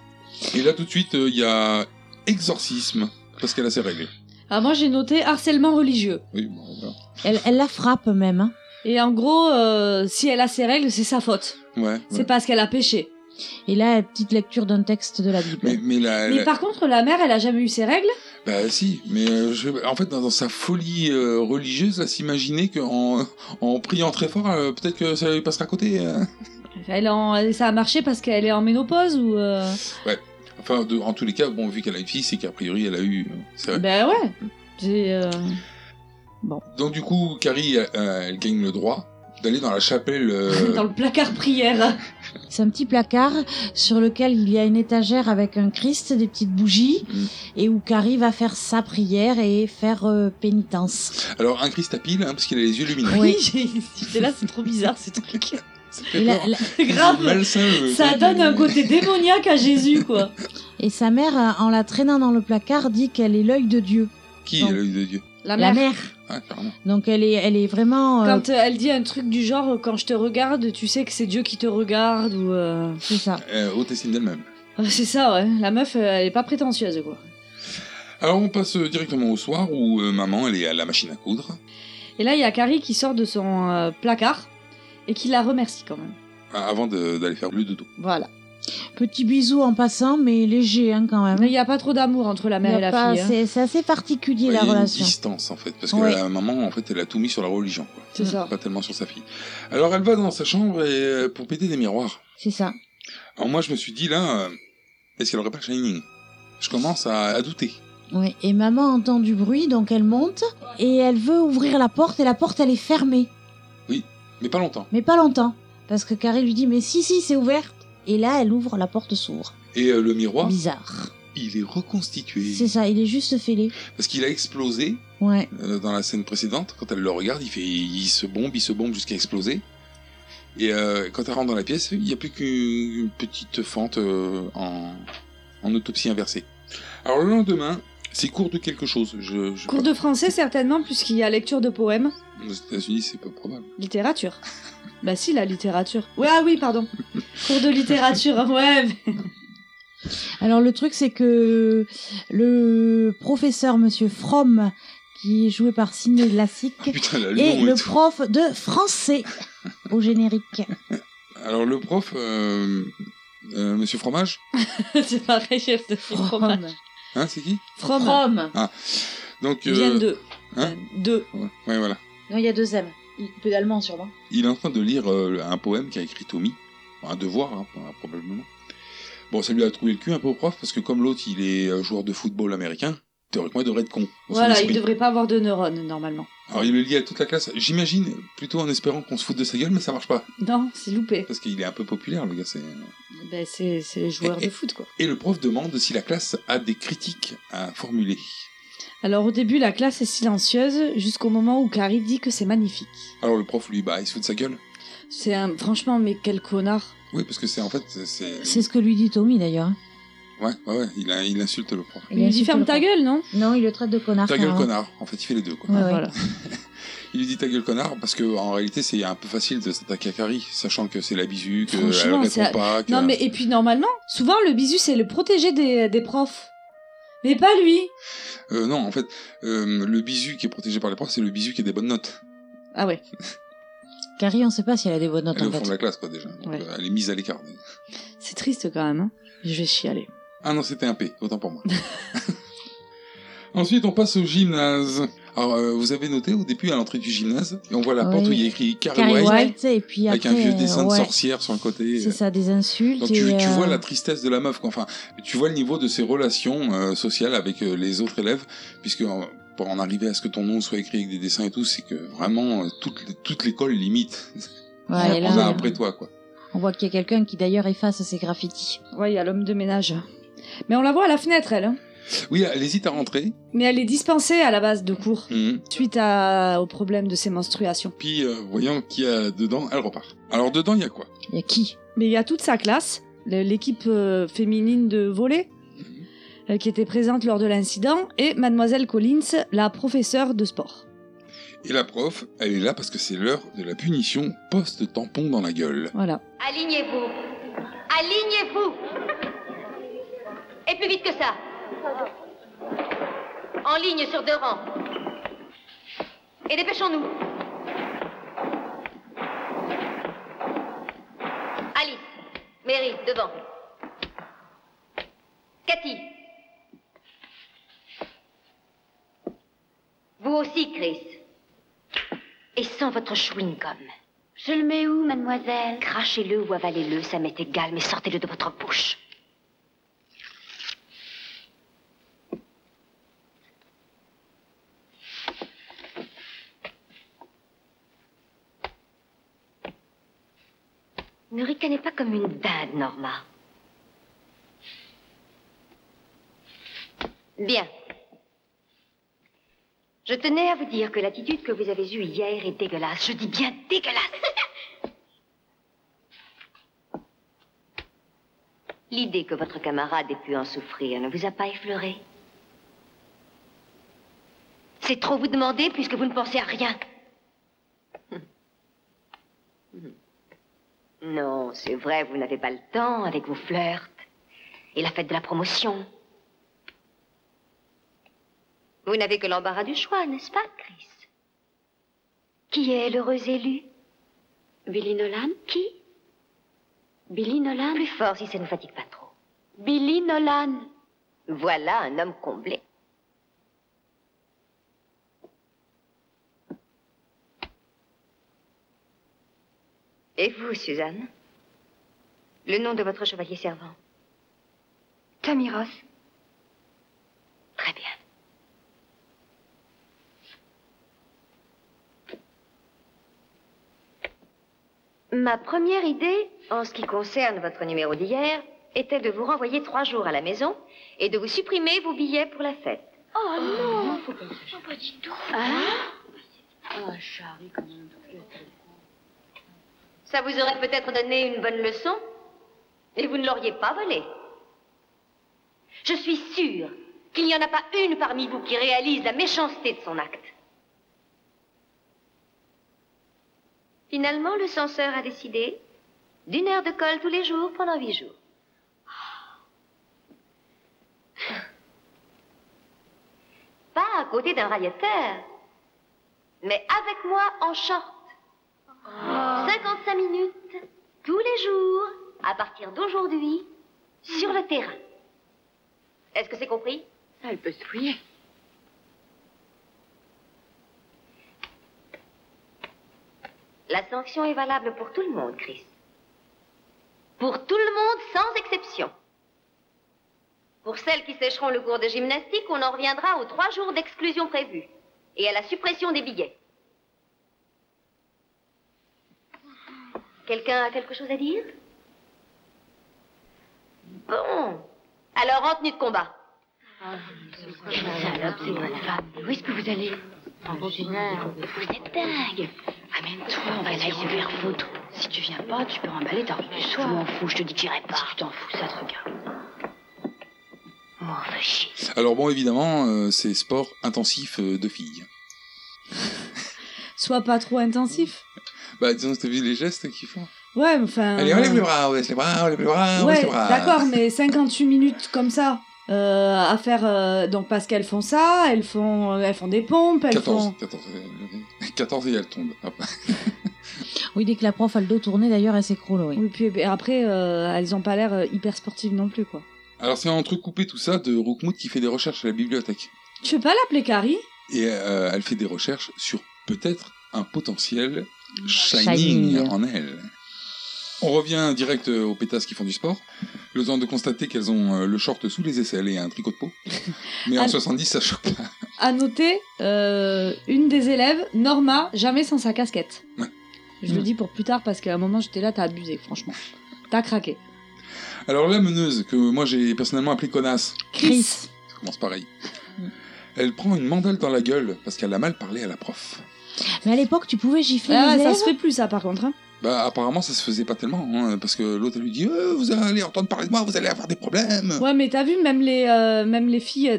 Speaker 5: Et là tout de suite, euh, il y a exorcisme, parce qu'elle a ses règles.
Speaker 6: Ah, moi j'ai noté harcèlement religieux.
Speaker 5: Oui, bon, voilà.
Speaker 7: Elle, elle la frappe même. hein.
Speaker 6: Et en gros, euh, si elle a ses règles, c'est sa faute.
Speaker 5: Ouais,
Speaker 6: C'est
Speaker 5: ouais.
Speaker 6: parce qu'elle a péché.
Speaker 7: Et là, petite lecture d'un texte de la Bible.
Speaker 5: Mais, mais la-
Speaker 6: Mais
Speaker 5: la-
Speaker 6: par contre, la mère, elle a jamais eu ses règles.
Speaker 5: Bah si, mais euh, je- en fait, dans, dans sa folie euh, religieuse, là, s'imaginer qu'en en [LAUGHS] priant très fort, euh, peut-être que ça lui passera à côté. euh.
Speaker 6: Elle en- Ça a marché parce qu'elle est en ménopause ou. euh,
Speaker 5: Enfin, de- en tous les cas, bon, vu qu'elle a une fille, c'est qu'a priori, elle a eu... euh, c'est vrai.
Speaker 6: Ben ouais. J'ai, euh,
Speaker 5: Donc du coup, Carrie, euh, elle gagne le droit d'aller dans la chapelle. euh,
Speaker 6: [LAUGHS] Dans le placard
Speaker 7: [LAUGHS]
Speaker 6: prière.
Speaker 7: C'est un petit placard sur lequel il y a une étagère avec un Christ, des petites bougies,
Speaker 5: Mm.
Speaker 7: et où Carrie va faire sa prière et faire euh, pénitence.
Speaker 5: Alors un Christ à pile, hein, parce qu'il a les yeux lumineux.
Speaker 6: Oui, [LAUGHS] j'ai- j'étais là, c'est trop bizarre ce truc.
Speaker 7: [LAUGHS]
Speaker 5: Ça
Speaker 7: Et,
Speaker 5: fait
Speaker 7: la-
Speaker 5: peur.
Speaker 7: la-
Speaker 6: C'est grave.
Speaker 5: Malsain, euh,
Speaker 6: Ça
Speaker 5: truc,
Speaker 6: donne un
Speaker 5: euh,
Speaker 6: côté démoniaque à Jésus, quoi.
Speaker 7: et sa mère, euh, en la traînant dans le placard, dit qu'elle est l'œil de Dieu,
Speaker 5: Qui est l'œil de Dieu
Speaker 7: la mère.
Speaker 5: Ah, carrément.
Speaker 7: Donc elle est, elle est vraiment. euh,
Speaker 6: Quand euh, elle dit un truc du genre euh, quand je te regarde, tu sais que c'est Dieu qui te regarde ou euh, [LAUGHS]
Speaker 7: c'est ça.
Speaker 5: Euh, haute estime d'elle-même.
Speaker 6: euh, c'est ça ouais. La meuf euh, elle est pas prétentieuse quoi.
Speaker 5: Alors on passe euh, directement au soir où euh, maman, elle est à la machine à coudre.
Speaker 6: Et là il y a Carrie qui sort de son euh, placard et qui la remercie quand même.
Speaker 5: euh, Avant de- d'aller faire le dodo.
Speaker 6: Voilà.
Speaker 7: Petit bisou en passant, mais léger hein, quand même.
Speaker 6: Mais il y a pas trop d'amour entre la
Speaker 7: Il y
Speaker 6: mère
Speaker 7: a
Speaker 6: et la
Speaker 7: pas-
Speaker 6: fille. hein.
Speaker 7: c'est, c'est assez particulier
Speaker 5: Ouais,
Speaker 7: la
Speaker 5: il y a une
Speaker 7: relation.
Speaker 5: distance en fait, parce que
Speaker 7: Ouais.
Speaker 5: la maman, en fait, elle a tout mis sur la religion. quoi.
Speaker 6: C'est ça.
Speaker 5: Pas tellement sur sa fille. Alors elle va dans sa chambre et, euh, pour péter des miroirs.
Speaker 7: C'est ça.
Speaker 5: Alors moi, je me suis dit là, euh, est-ce qu'elle aurait pas le Shining Je commence à- à douter.
Speaker 7: Oui. Et maman entend du bruit, donc elle monte et elle veut ouvrir la porte et la porte elle est fermée.
Speaker 5: Mais pas longtemps.
Speaker 7: Mais pas longtemps, parce que Carrie lui dit mais si si c'est ouverte. Et là elle ouvre, la porte s'ouvre.
Speaker 5: Et euh, le miroir,
Speaker 7: Bizarre.
Speaker 5: il est reconstitué.
Speaker 7: C'est ça, il est juste fêlé.
Speaker 5: Parce qu'il a explosé
Speaker 7: Ouais.
Speaker 5: euh, dans la scène précédente. Quand elle le regarde, il, fait, il se bombe, il se bombe jusqu'à exploser. Et euh, quand elle rentre dans la pièce, il n'y a plus qu'une petite fente euh, en, en autopsie inversée. Alors le lendemain, c'est cours de quelque chose. Je, je-
Speaker 6: Cours de français certainement puisqu'il y a lecture de poèmes,
Speaker 5: Aux États-Unis, c'est pas probable.
Speaker 6: littérature. bah [LAUGHS] si la littérature. Ouais ah oui pardon. Cours de littérature ouais. mais-
Speaker 7: Alors le truc c'est que le professeur Monsieur Fromm, qui est joué par Sidney Lassic,
Speaker 5: Putain, la
Speaker 7: est
Speaker 5: Lyon et,
Speaker 7: le
Speaker 5: tout.
Speaker 7: prof de français au
Speaker 6: [LAUGHS]
Speaker 7: générique.
Speaker 5: Alors le prof, euh, euh, Monsieur Fromage,
Speaker 6: c'est pareil, chef de file
Speaker 7: Fromm.
Speaker 6: fromage.
Speaker 5: hein, c'est qui
Speaker 6: From.
Speaker 7: Fromm.
Speaker 5: Donc,
Speaker 6: Ils viennent
Speaker 5: euh,
Speaker 6: de.
Speaker 5: hein
Speaker 6: de.
Speaker 5: ouais, ouais, voilà.
Speaker 7: Non, il y a deux M. Il peut d'allemand sûrement.
Speaker 5: Il est en train de lire euh, un poème qu'a écrit Tommy, un devoir hein, probablement. Bon, ça lui a trouvé le cul un peu au prof parce que comme l'autre, il est euh, joueur de football américain, théoriquement, il devrait être con. dans son
Speaker 6: Voilà,
Speaker 5: esprit.
Speaker 6: il devrait pas avoir de neurones normalement.
Speaker 5: Alors il le lit à toute la classe. J'imagine plutôt en espérant qu'on se foute de sa gueule, mais ça marche pas
Speaker 6: Non, c'est loupé.
Speaker 5: parce qu'il est un peu populaire, le gars. c'est-
Speaker 6: Ben, c'est c'est les joueurs
Speaker 5: Et-
Speaker 6: de foot quoi.
Speaker 5: Et le prof demande si la classe a des critiques à formuler.
Speaker 6: Alors au début, la classe est silencieuse jusqu'au moment où Carrie dit que c'est magnifique.
Speaker 5: Alors le prof lui, bah, il se fout de sa gueule.
Speaker 6: C'est un franchement, mais quel connard.
Speaker 5: Oui, parce que c'est en fait, c'est- c'est
Speaker 7: C'est ce que lui dit Tommy d'ailleurs.
Speaker 5: ouais, ouais, ouais, il, a- il insulte le prof.
Speaker 6: Il lui dit
Speaker 7: insulte
Speaker 6: ferme
Speaker 7: le
Speaker 6: ta
Speaker 7: prof.
Speaker 6: gueule, non
Speaker 7: Non, il le traite de
Speaker 6: Ah,
Speaker 7: connard. hein.
Speaker 5: Ta gueule
Speaker 7: carrément.
Speaker 5: connard. En fait, il fait les deux. Quoi.
Speaker 7: Ouais, ouais.
Speaker 6: Voilà.
Speaker 5: Il lui dit ta gueule connard parce que en réalité, c'est un peu facile de s'attaquer à Carrie, sachant que c'est la bisu, que elle
Speaker 6: Franchement,
Speaker 5: répond
Speaker 6: c'est-
Speaker 5: pas. que-
Speaker 6: Non mais et puis normalement, souvent le bisu c'est le protégé des, des profs. Mais pas lui.
Speaker 5: Euh, non, en fait, euh, le bisu qui est protégé par les profs, c'est le bisu qui a des bonnes notes.
Speaker 6: Ah ouais.
Speaker 7: Carrie, on sait pas si elle a des bonnes notes
Speaker 5: Elle est
Speaker 7: en
Speaker 5: au fond de
Speaker 7: fait.
Speaker 5: la classe, quoi, déjà. Donc,
Speaker 6: Ouais.
Speaker 5: euh, Elle est mise à l'écart.
Speaker 6: C'est triste quand même. hein. Je vais chialer.
Speaker 5: Ah non, c'était un P,
Speaker 7: [LAUGHS]
Speaker 5: autant pour moi. [LAUGHS] Ensuite, on passe au gymnase. Alors, euh, vous avez noté au début, à l'entrée du gymnase, on voit la
Speaker 7: Oui.
Speaker 5: porte où il y a écrit Carrie
Speaker 7: Carrie
Speaker 5: White,
Speaker 7: White, et puis
Speaker 5: avec
Speaker 7: après.
Speaker 5: un vieux
Speaker 7: euh,
Speaker 5: dessin
Speaker 7: ouais,
Speaker 5: de sorcière sur le côté. euh,
Speaker 7: C'est ça, des insultes.
Speaker 5: Donc tu,
Speaker 7: et,
Speaker 5: tu
Speaker 7: euh,
Speaker 5: vois la tristesse de la meuf, quoi. enfin tu vois le niveau de ses relations euh, sociales avec euh, les autres élèves, puisque euh, pour en arriver à ce que ton nom soit écrit avec des dessins et tout, c'est que vraiment euh, toute, l- toute l'école limite.
Speaker 7: ouais, et
Speaker 5: on
Speaker 7: là,
Speaker 5: a après toi quoi.
Speaker 7: on voit qu'il y a quelqu'un qui d'ailleurs efface ses graffitis.
Speaker 6: Ouais, il y a l'homme de ménage. Mais on la voit à la fenêtre elle. hein.
Speaker 5: Oui, elle hésite à rentrer.
Speaker 6: Mais elle est dispensée à la base de cours
Speaker 5: Mhm.
Speaker 6: suite à... au problème de ses menstruations.
Speaker 5: Puis euh, voyant qu'il y a dedans, elle repart. Alors dedans il y a quoi
Speaker 7: Il y a qui
Speaker 6: Mais il y a toute sa classe, le- l'équipe euh, féminine de volley euh, qui était présente lors de l'incident et mademoiselle Collins, la professeure de sport.
Speaker 5: Et la prof, elle est là parce que c'est l'heure de la punition post-tampon dans la gueule.
Speaker 6: Voilà.
Speaker 8: Alignez-vous. Alignez-vous. Et plus vite que ça. En ligne sur deux rangs. Et dépêchons-nous. Alice, Mary, devant. Cathy. Vous aussi, Chris. Et sans votre
Speaker 9: Ah,
Speaker 8: chewing-gum. Je le mets où, mademoiselle Crachez-le ou avalez-le, ça m'est égal, mais sortez-le de votre bouche. Ne ricanez pas comme une dinde, Norma. Bien. Je tenais à vous dire que l'attitude que vous avez eue hier est dégueulasse. Je dis bien dégueulasse. L'idée que votre camarade ait pu en souffrir ne vous a pas effleuré. C'est trop vous demander puisque vous ne pensez à rien. [LAUGHS] Non, c'est vrai, vous n'avez pas le temps avec vos flirts et la fête de la promotion. Vous n'avez que l'embarras du choix, n'est-ce pas, Chris Qui est l'heureux élu Billy Nolan Qui Billy Nolan Plus fort si ça ne fatigue pas trop. Billy Nolan Voilà un homme comblé. Et vous, Suzanne Le nom de votre chevalier servant Tommy Ross. Très bien. Ma première idée, en ce qui concerne votre numéro d'hier, était de vous renvoyer trois jours à la maison et de vous supprimer vos billets pour la fête. Oh, non, pas du tout. Ça vous aurait peut-être donné une bonne leçon, mais vous ne l'auriez pas volé. Je suis sûre qu'il n'y en a pas une parmi vous qui réalise la méchanceté de son acte. Finalement, le censeur a décidé d'une heure de colle tous les jours pendant huit jours. [SIGHS] pas à côté d'un radiateur, mais avec moi en short. 55 minutes, tous les jours, à partir d'aujourd'hui, sur le terrain. Est-ce que c'est compris
Speaker 9: Elle peut se fouiller.
Speaker 8: La sanction est valable pour tout le monde, Chris. Pour tout le monde, sans exception. Pour celles qui sécheront le cours de gymnastique, on en reviendra aux trois jours d'exclusion prévus et à la suppression des billets. Quelqu'un a quelque chose à dire Bon. Alors en tenue de combat.
Speaker 9: Salope, c'est bonne femme. Où est-ce que vous allez Vous êtes dingue. Amène-toi, on va aller se faire foutre. Si tu viens pas, tu peux remballer ta robe du soir. Je m'en fous, je te dis que j'irai pas. Si tu t'en fous, ça te regarde. Mauvais chien.
Speaker 5: Alors bon, évidemment, euh, c'est sport intensif euh, de filles.
Speaker 6: Soit pas trop intensif.
Speaker 5: Bah disons, t'as vu les gestes qu'ils font
Speaker 6: Ouais, mais enfin.
Speaker 5: Allez, relève
Speaker 6: euh,
Speaker 5: les bras, relève les bras, relève les bras, relève
Speaker 6: Ouais,
Speaker 5: les bras.
Speaker 6: d'accord, mais 58 minutes comme ça euh, à faire. euh, donc parce qu'elles font ça, elles font, euh, elles font des pompes, elles
Speaker 5: 14,
Speaker 6: font.
Speaker 5: 14, euh, 14 et elle tombe. Hop.
Speaker 7: Oui, dès que la prof a le dos tourné, d'ailleurs, elle s'écroule, oui.
Speaker 6: Oui, puis et après, euh, elles ont pas l'air euh, hyper sportives non plus, quoi.
Speaker 5: Alors c'est entrecoupé tout ça de Rookmout qui fait des recherches à la bibliothèque.
Speaker 6: Tu veux pas l'appeler Carrie
Speaker 5: Et euh, elle fait des recherches sur peut-être un potentiel shining,
Speaker 7: Shining.
Speaker 5: en elle. On revient direct euh, aux pétasses qui font du sport. Le temps de constater qu'elles ont euh, le short sous les aisselles et un tricot
Speaker 6: [LAUGHS]
Speaker 5: de peau. Mais en
Speaker 6: Ah.
Speaker 5: 70, ça choque pas.
Speaker 6: À noter, euh, une des élèves, Norma, jamais sans sa casquette.
Speaker 5: Ouais.
Speaker 6: Je le dis pour plus tard parce qu'à un moment j'étais là, t'as abusé, franchement. T'as craqué.
Speaker 5: Alors la meneuse, que moi j'ai personnellement appelée connasse,
Speaker 6: Chris.
Speaker 5: ça commence pareil, elle prend une mandale dans la gueule parce qu'elle a mal parlé à la prof.
Speaker 7: Mais à l'époque, tu pouvais gifler
Speaker 6: Ah,
Speaker 7: les
Speaker 6: ça
Speaker 7: élèves.
Speaker 6: se fait plus ça par contre. hein.
Speaker 5: Bah apparemment ça se faisait pas tellement, hein, parce que l'autre elle lui dit Euh, Vous allez entendre parler de moi, vous allez avoir des problèmes
Speaker 6: Ouais, mais t'as vu, même les, euh, même les filles, euh,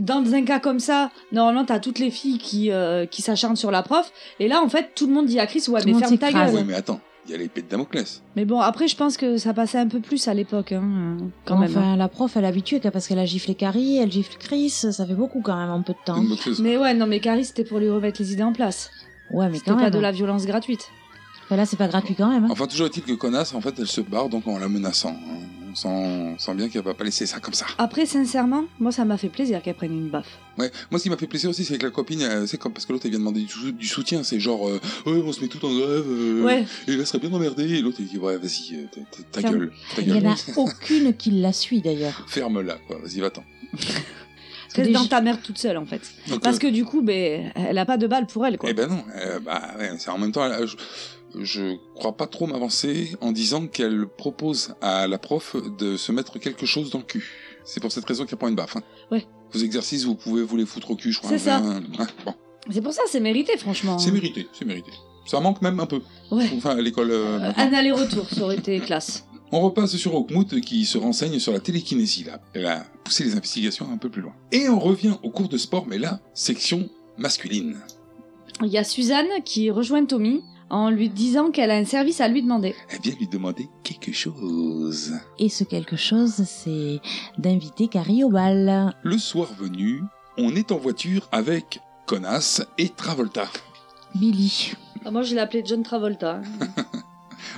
Speaker 6: dans un cas comme ça, normalement t'as toutes les filles qui, euh, qui s'acharnent sur la prof. Et là, en fait, tout le monde dit à Chris, ouais,
Speaker 7: Tout le
Speaker 6: mais
Speaker 7: monde
Speaker 6: ferme ta
Speaker 7: s'écrase.
Speaker 6: gueule.
Speaker 5: Ouais mais attends, il y a l'épée de Damoclès.
Speaker 6: Mais bon, après, je pense que ça passait un peu plus à l'époque, hein, euh, quand même. hein.
Speaker 7: Enfin, la prof, elle est habituée qu'à- parce qu'elle a giflé Carrie, elle gifle Chris, ça fait beaucoup quand même en peu de temps.
Speaker 5: Une boxeuse.
Speaker 6: Mais ouais, non, mais Carrie, c'était pour lui remettre les idées en place.
Speaker 7: Ouais, mais
Speaker 6: C'était
Speaker 7: quand
Speaker 6: pas
Speaker 7: même.
Speaker 6: de la violence gratuite.
Speaker 7: Enfin, là, c'est pas gratuit quand même. hein.
Speaker 5: Enfin toujours est-il que connasse en fait elle se barre donc en la menaçant. hein. On sent, on sent bien qu'elle va pas laisser ça comme ça.
Speaker 6: Après, sincèrement, moi, ça m'a fait plaisir qu'elle prenne une baffe.
Speaker 5: Ouais. Moi, ce qui m'a fait plaisir aussi, c'est que la copine, euh, c'est comme parce que l'autre, elle vient demander du, sou- du soutien. C'est genre, euh, ouais, on se met tout en grève. euh,
Speaker 6: Ouais.
Speaker 5: Et là, serait bien emmerdé. Et l'autre, il dit, ouais, vas-y, euh, ta- ta- ta,
Speaker 6: Ferme.
Speaker 5: gueule. Ta
Speaker 7: Il y
Speaker 5: gueule. [LAUGHS]
Speaker 7: en a aucune qui la suit d'ailleurs.
Speaker 5: Ferme-la, quoi. Vas-y, va-t'en.
Speaker 7: Parce que
Speaker 6: Reste dans
Speaker 7: déjà-
Speaker 6: ta mère toute seule, en fait.
Speaker 5: Donc,
Speaker 6: Parce
Speaker 5: euh,
Speaker 6: que du coup, ben, elle a pas de balle pour elle, quoi.
Speaker 5: Eh ben non. euh, bah, ouais, c'est en même temps, elle- je, je crois pas trop m'avancer en disant qu'elle propose à la prof de se mettre quelque chose dans le cul. C'est pour cette raison qu'elle prend une baffe. hein.
Speaker 6: Ouais.
Speaker 5: Vos exercices, vous pouvez vous les foutre au cul, je crois.
Speaker 6: C'est ça.
Speaker 5: Ben, ouais, bon.
Speaker 6: C'est pour ça, c'est mérité, franchement.
Speaker 5: C'est mérité, c'est mérité. Ça manque même un peu.
Speaker 6: Ouais.
Speaker 5: Enfin, à l'école. euh,
Speaker 6: Euh,
Speaker 5: maintenant.
Speaker 6: Un aller-retour, ça aurait été classe.
Speaker 5: On repasse sur Oakmouth qui se renseigne sur la télékinésie. Là. Elle a poussé les investigations un peu plus loin. Et on revient au cours de sport, mais là, section masculine.
Speaker 6: Il y a Suzanne qui rejoint Tommy en lui disant qu'elle a un service à lui demander.
Speaker 5: Elle vient lui demander quelque chose.
Speaker 7: Et ce quelque chose, c'est d'inviter Carrie au bal.
Speaker 5: Le soir venu, on est en voiture avec Conas et Travolta.
Speaker 7: Billy.
Speaker 6: Ah, moi, je l'ai appelé John Travolta. hein.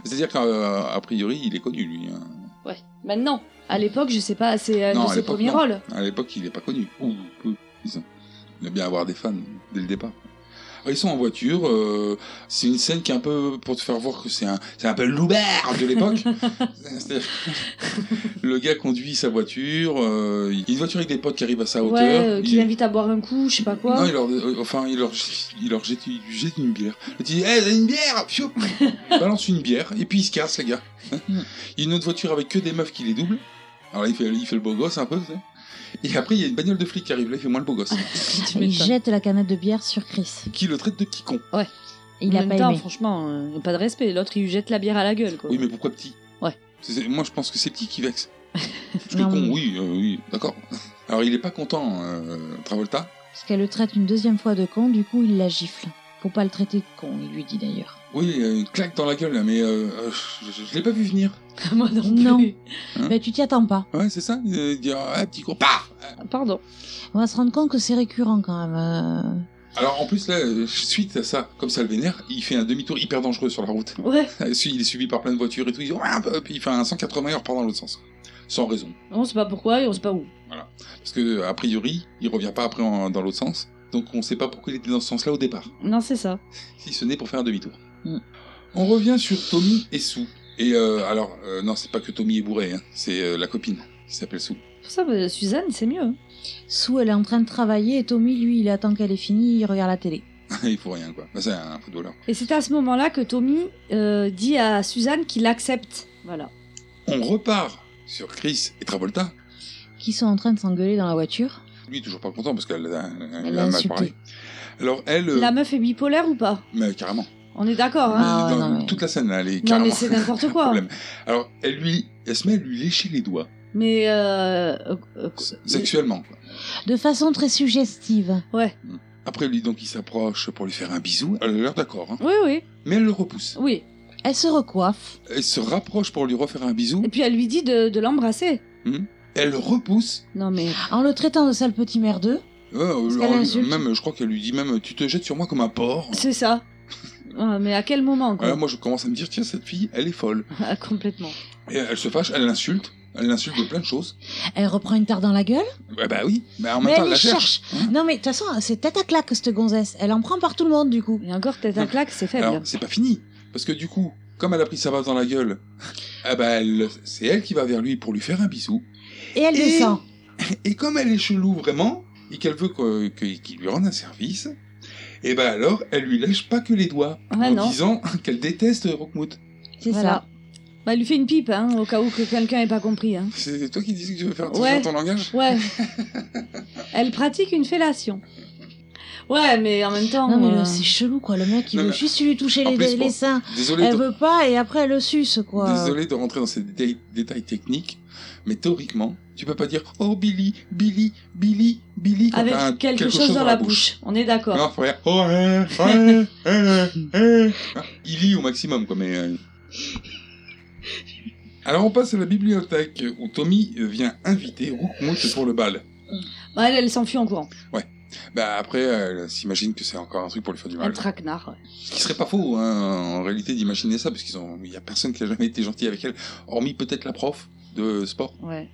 Speaker 5: C'est-à-dire qu'a a priori, il est connu, lui. hein.
Speaker 6: ouais. Maintenant, à l'époque, je sais pas, c'est un
Speaker 5: Non,
Speaker 6: de
Speaker 5: à
Speaker 6: ses
Speaker 5: l'époque,
Speaker 6: premiers
Speaker 5: non.
Speaker 6: rôles.
Speaker 5: À l'époque, il n'est pas connu. Ou peu, disons. Il aime bien avoir des fans dès le départ. Alors, Ils sont en voiture, euh, c'est une scène qui est un peu pour te faire voir que c'est un, c'est un peu loubert de
Speaker 6: [LAUGHS]
Speaker 5: l'époque. C'est-à-dire que le gars conduit sa voiture, euh, il- une voiture avec des potes qui arrivent à sa hauteur.
Speaker 6: ouais, euh, qui
Speaker 5: il-
Speaker 6: l'invite à boire un coup, je sais pas quoi.
Speaker 5: Non, il leur, euh, enfin, il leur, il leur jette, il lui jette une bière. Il dit, hé, t'as une bière Pfiou Il balance une bière, et puis il se casse, les gars. Hein il y a une autre voiture avec que des meufs qui les doublent. Alors là, il fait, il fait le beau gosse un peu, tu sais. Et après, il y a une bagnole de flic qui arrive, là, il fait moins le beau gosse.
Speaker 6: Tu
Speaker 7: Il
Speaker 6: m'étonnes.
Speaker 7: jette la canette de bière sur Chris.
Speaker 5: qui le traite de petit con.
Speaker 7: Il a
Speaker 6: en même
Speaker 7: pas
Speaker 6: temps,
Speaker 7: aimé.
Speaker 6: franchement, euh, pas de respect. L'autre, il lui jette la bière à la gueule, quoi.
Speaker 5: Oui, mais pourquoi petit
Speaker 6: Ouais.
Speaker 5: C'est- c'est- Moi, je pense que c'est petit qui vexe. Parce que
Speaker 7: Non,
Speaker 5: con,
Speaker 7: mais-
Speaker 5: oui, euh, oui, d'accord. Alors, il est pas content, euh, Travolta.
Speaker 7: Parce qu'elle le traite une deuxième fois de con, du coup, il la gifle. Faut pas le traiter de con, il lui dit d'ailleurs.
Speaker 5: Oui, euh, une claque dans la gueule, là, mais euh, euh, je, je- je l'ai pas vu venir.
Speaker 6: [LAUGHS] Moi non
Speaker 7: Non.
Speaker 6: plus.
Speaker 5: Hein
Speaker 7: Mais tu t'y attends pas.
Speaker 5: Ouais, c'est ça euh, Dire, ah, petit con, paf
Speaker 6: Pardon.
Speaker 7: On va se rendre compte que c'est récurrent quand même.
Speaker 5: Alors, en plus, là, euh, suite à ça, comme ça le vénère, il fait un demi-tour hyper dangereux sur la route. [LAUGHS]
Speaker 6: Ouais,
Speaker 5: Il est su- il est suivi par plein de voitures et tout, il, dit, Ah, bah, puis il fait un 180 heures par dans l'autre sens. Sans raison.
Speaker 6: on sait pas pourquoi et on sait pas où.
Speaker 5: Parce que, a priori, il revient pas après en- dans l'autre sens, donc on sait pas pourquoi il était dans ce sens-là au départ.
Speaker 6: Non, c'est ça.
Speaker 5: si ce n'est pour faire un demi-tour. Hmm.
Speaker 7: Mm.
Speaker 5: On revient sur Tommy et Sue. Et euh, alors, euh, non, c'est pas que Tommy est bourré, hein, c'est euh, la copine qui s'appelle Sue. [LAUGHS]
Speaker 6: Pour ça, bah, Suzanne, c'est mieux.
Speaker 7: Sou, elle est en train de travailler et Tommy, lui, il attend qu'elle ait fini, il regarde la télé.
Speaker 5: Il faut rien, quoi. Bah, c'est un footballeur.
Speaker 6: Et c'est à ce moment-là que Tommy euh, dit à Suzanne qu'il accepte. Voilà.
Speaker 5: On repart sur Chris et Travolta.
Speaker 7: Qui sont en train de s'engueuler dans la voiture.
Speaker 5: Lui, toujours pas content parce qu'elle a, elle a
Speaker 7: Elle l'a
Speaker 5: mal
Speaker 7: insulté.
Speaker 5: parlé. Alors, elle, euh,
Speaker 6: La meuf est bipolaire ou pas
Speaker 5: mais carrément.
Speaker 6: On est d'accord, hein
Speaker 7: Ah,
Speaker 5: Dans
Speaker 7: non, mais-
Speaker 5: Toute la scène, là, elle est
Speaker 6: Non,
Speaker 5: carrément.
Speaker 6: mais c'est
Speaker 5: [LAUGHS]
Speaker 6: n'importe
Speaker 5: un
Speaker 6: quoi.
Speaker 5: problème. Alors, elle lui, elle se met à lui lécher les doigts,
Speaker 6: Mais euh, euh, euh,
Speaker 5: s- sexuellement. Quoi.
Speaker 7: De façon très suggestive.
Speaker 5: Après, lui, donc, il s'approche pour lui faire un bisou. Elle a l'air d'accord, hein.
Speaker 6: Oui, oui,
Speaker 5: mais elle le repousse.
Speaker 6: oui.
Speaker 7: Elle se recoiffe.
Speaker 5: Elle se rapproche pour lui refaire un bisou.
Speaker 6: Et puis elle lui dit de, de l'embrasser.
Speaker 5: Elle le repousse.
Speaker 6: Non mais
Speaker 7: En le traitant de sale petit merdeux.
Speaker 5: Ouais, euh,
Speaker 7: qu'elle
Speaker 5: en-
Speaker 7: l'insulte.
Speaker 5: même, je crois qu'elle lui dit même, tu te jettes sur moi comme un porc. [LAUGHS]
Speaker 6: c'est ça. Ah, mais à quel moment quoi
Speaker 5: Alors moi, je commence à me dire, tiens, cette fille, elle est folle.
Speaker 6: Ah, [LAUGHS] Complètement.
Speaker 5: Et elle se fâche, elle l'insulte, elle l'insulte de plein de choses.
Speaker 7: Elle reprend une tarte dans la gueule.
Speaker 5: Bah, bah oui, mais en
Speaker 7: mais
Speaker 5: même temps,
Speaker 7: elle
Speaker 5: elle la
Speaker 7: les
Speaker 5: cherche. Hein
Speaker 7: cherche. Non, mais de toute façon, c'est tête à claque, cette gonzesse. Elle en prend par tout le monde, du coup.
Speaker 6: Et encore tête à claque, c'est faible.
Speaker 5: Alors, c'est pas fini. Parce que du coup, comme elle a pris sa base dans la gueule, [LAUGHS] ah bah, elle- c'est elle qui va vers lui pour lui faire un bisou.
Speaker 7: Et elle
Speaker 5: Et-
Speaker 7: descend.
Speaker 5: [LAUGHS] Et comme elle est chelou vraiment, et qu'elle veut que- que- qu'il lui rende un service, et bah alors, elle lui lèche pas que les doigts,
Speaker 6: Ouais,
Speaker 5: en
Speaker 6: non.
Speaker 5: disant [LAUGHS] qu'elle déteste Rockmouth.
Speaker 7: C'est
Speaker 6: Voilà. Bah, elle lui fait une pipe, hein, au cas où que quelqu'un n'ait pas compris. Hein.
Speaker 5: C'est toi qui disais que tu veux faire attention
Speaker 6: Ouais.
Speaker 5: à ton langage
Speaker 6: Ouais. elle pratique une fellation. Ouais, mais en même temps.
Speaker 7: ça. Non, mais le-
Speaker 6: euh,
Speaker 7: c'est chelou, quoi. Le mec, il
Speaker 5: Non,
Speaker 7: veut
Speaker 5: mais-
Speaker 7: juste lui toucher
Speaker 5: En
Speaker 7: les,
Speaker 5: plus,
Speaker 7: les
Speaker 5: bon,
Speaker 7: seins.
Speaker 5: Désolé,
Speaker 7: Elle
Speaker 5: ton-
Speaker 7: veut pas, et après, elle le suce, quoi.
Speaker 5: Désolé de rentrer dans ces détails, détails techniques, mais théoriquement, tu peux pas dire Oh Billy, Billy, Billy, Billy quand
Speaker 6: avec
Speaker 5: t'as un-
Speaker 6: quelque, chose dans, la bouche. On est d'accord.
Speaker 5: Non, faut dire Oh, eh, eh, eh, eh. Ah, Il lit au maximum, quoi, mais. euh. Alors on passe à la bibliothèque où Tommy vient inviter Rookmouth pour le bal.
Speaker 6: Bah, elle, elle s'enfuit en courant.
Speaker 5: Bah après, elle s'imagine que c'est encore un truc pour lui faire du
Speaker 6: Elle
Speaker 5: mal.
Speaker 6: traquenard. ouais.
Speaker 5: Ce qui serait pas faux, hein, en réalité, d'imaginer ça, parce qu'il n'y a personne qui a jamais été gentil avec elle, hormis peut-être la prof de sport.
Speaker 6: Ouais.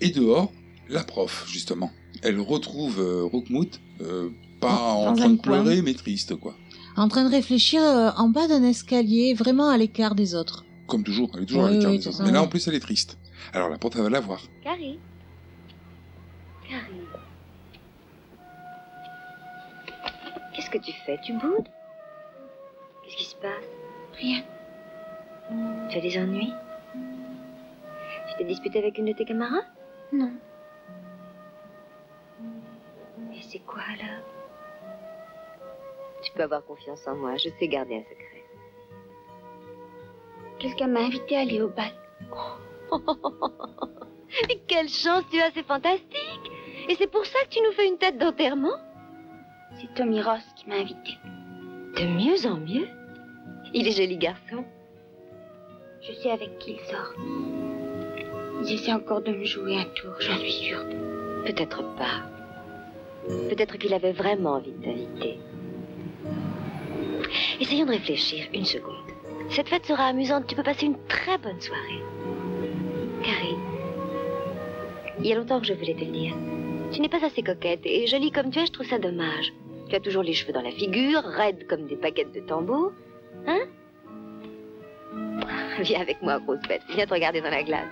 Speaker 5: Et dehors, la prof, justement. Elle retrouve euh, Rookmouth, euh, pas
Speaker 6: Dans
Speaker 5: en
Speaker 6: un
Speaker 5: train de
Speaker 6: coin.
Speaker 5: pleurer, mais triste, quoi.
Speaker 7: En train de réfléchir euh, en bas d'un escalier, vraiment à l'écart des autres.
Speaker 5: Comme toujours, elle est toujours
Speaker 7: Oui,
Speaker 5: à l'écart
Speaker 7: oui,
Speaker 5: des
Speaker 7: c'est
Speaker 5: autres.
Speaker 7: ça,
Speaker 5: Mais là,
Speaker 7: oui.
Speaker 5: en plus, elle est triste. Alors la prof, elle va la voir.
Speaker 9: Carrie. Carrie. Qu'est-ce que tu fais Tu boudes Qu'est-ce qui se passe Rien. Tu as des ennuis Tu t'es disputé avec une de tes camarades Non. Et c'est quoi alors Tu peux avoir confiance en moi, je sais garder un secret.
Speaker 10: Quelqu'un m'a invité à aller au bal.
Speaker 9: Mais quelle chance tu as, c'est fantastique Et c'est pour ça que tu nous fais une tête d'enterrement
Speaker 10: C'est Tommy Ross qui m'a invité.
Speaker 9: De mieux en mieux. Il est joli garçon.
Speaker 10: Je sais avec qui il sort. Il essaie encore de me jouer un tour, j'en suis sûre.
Speaker 9: Peut-être pas. Peut-être qu'il avait vraiment envie de t'inviter. Essayons de réfléchir une seconde. Cette fête sera amusante. Tu peux passer une très bonne soirée. Carrie, il y a longtemps que je voulais te le dire. Tu n'es pas assez coquette et jolie comme tu es, je trouve ça dommage. Tu as toujours les cheveux dans la figure, raides comme des paquettes de tambour. Hein [LAUGHS] Viens avec moi, grosse bête. Viens te regarder dans la glace.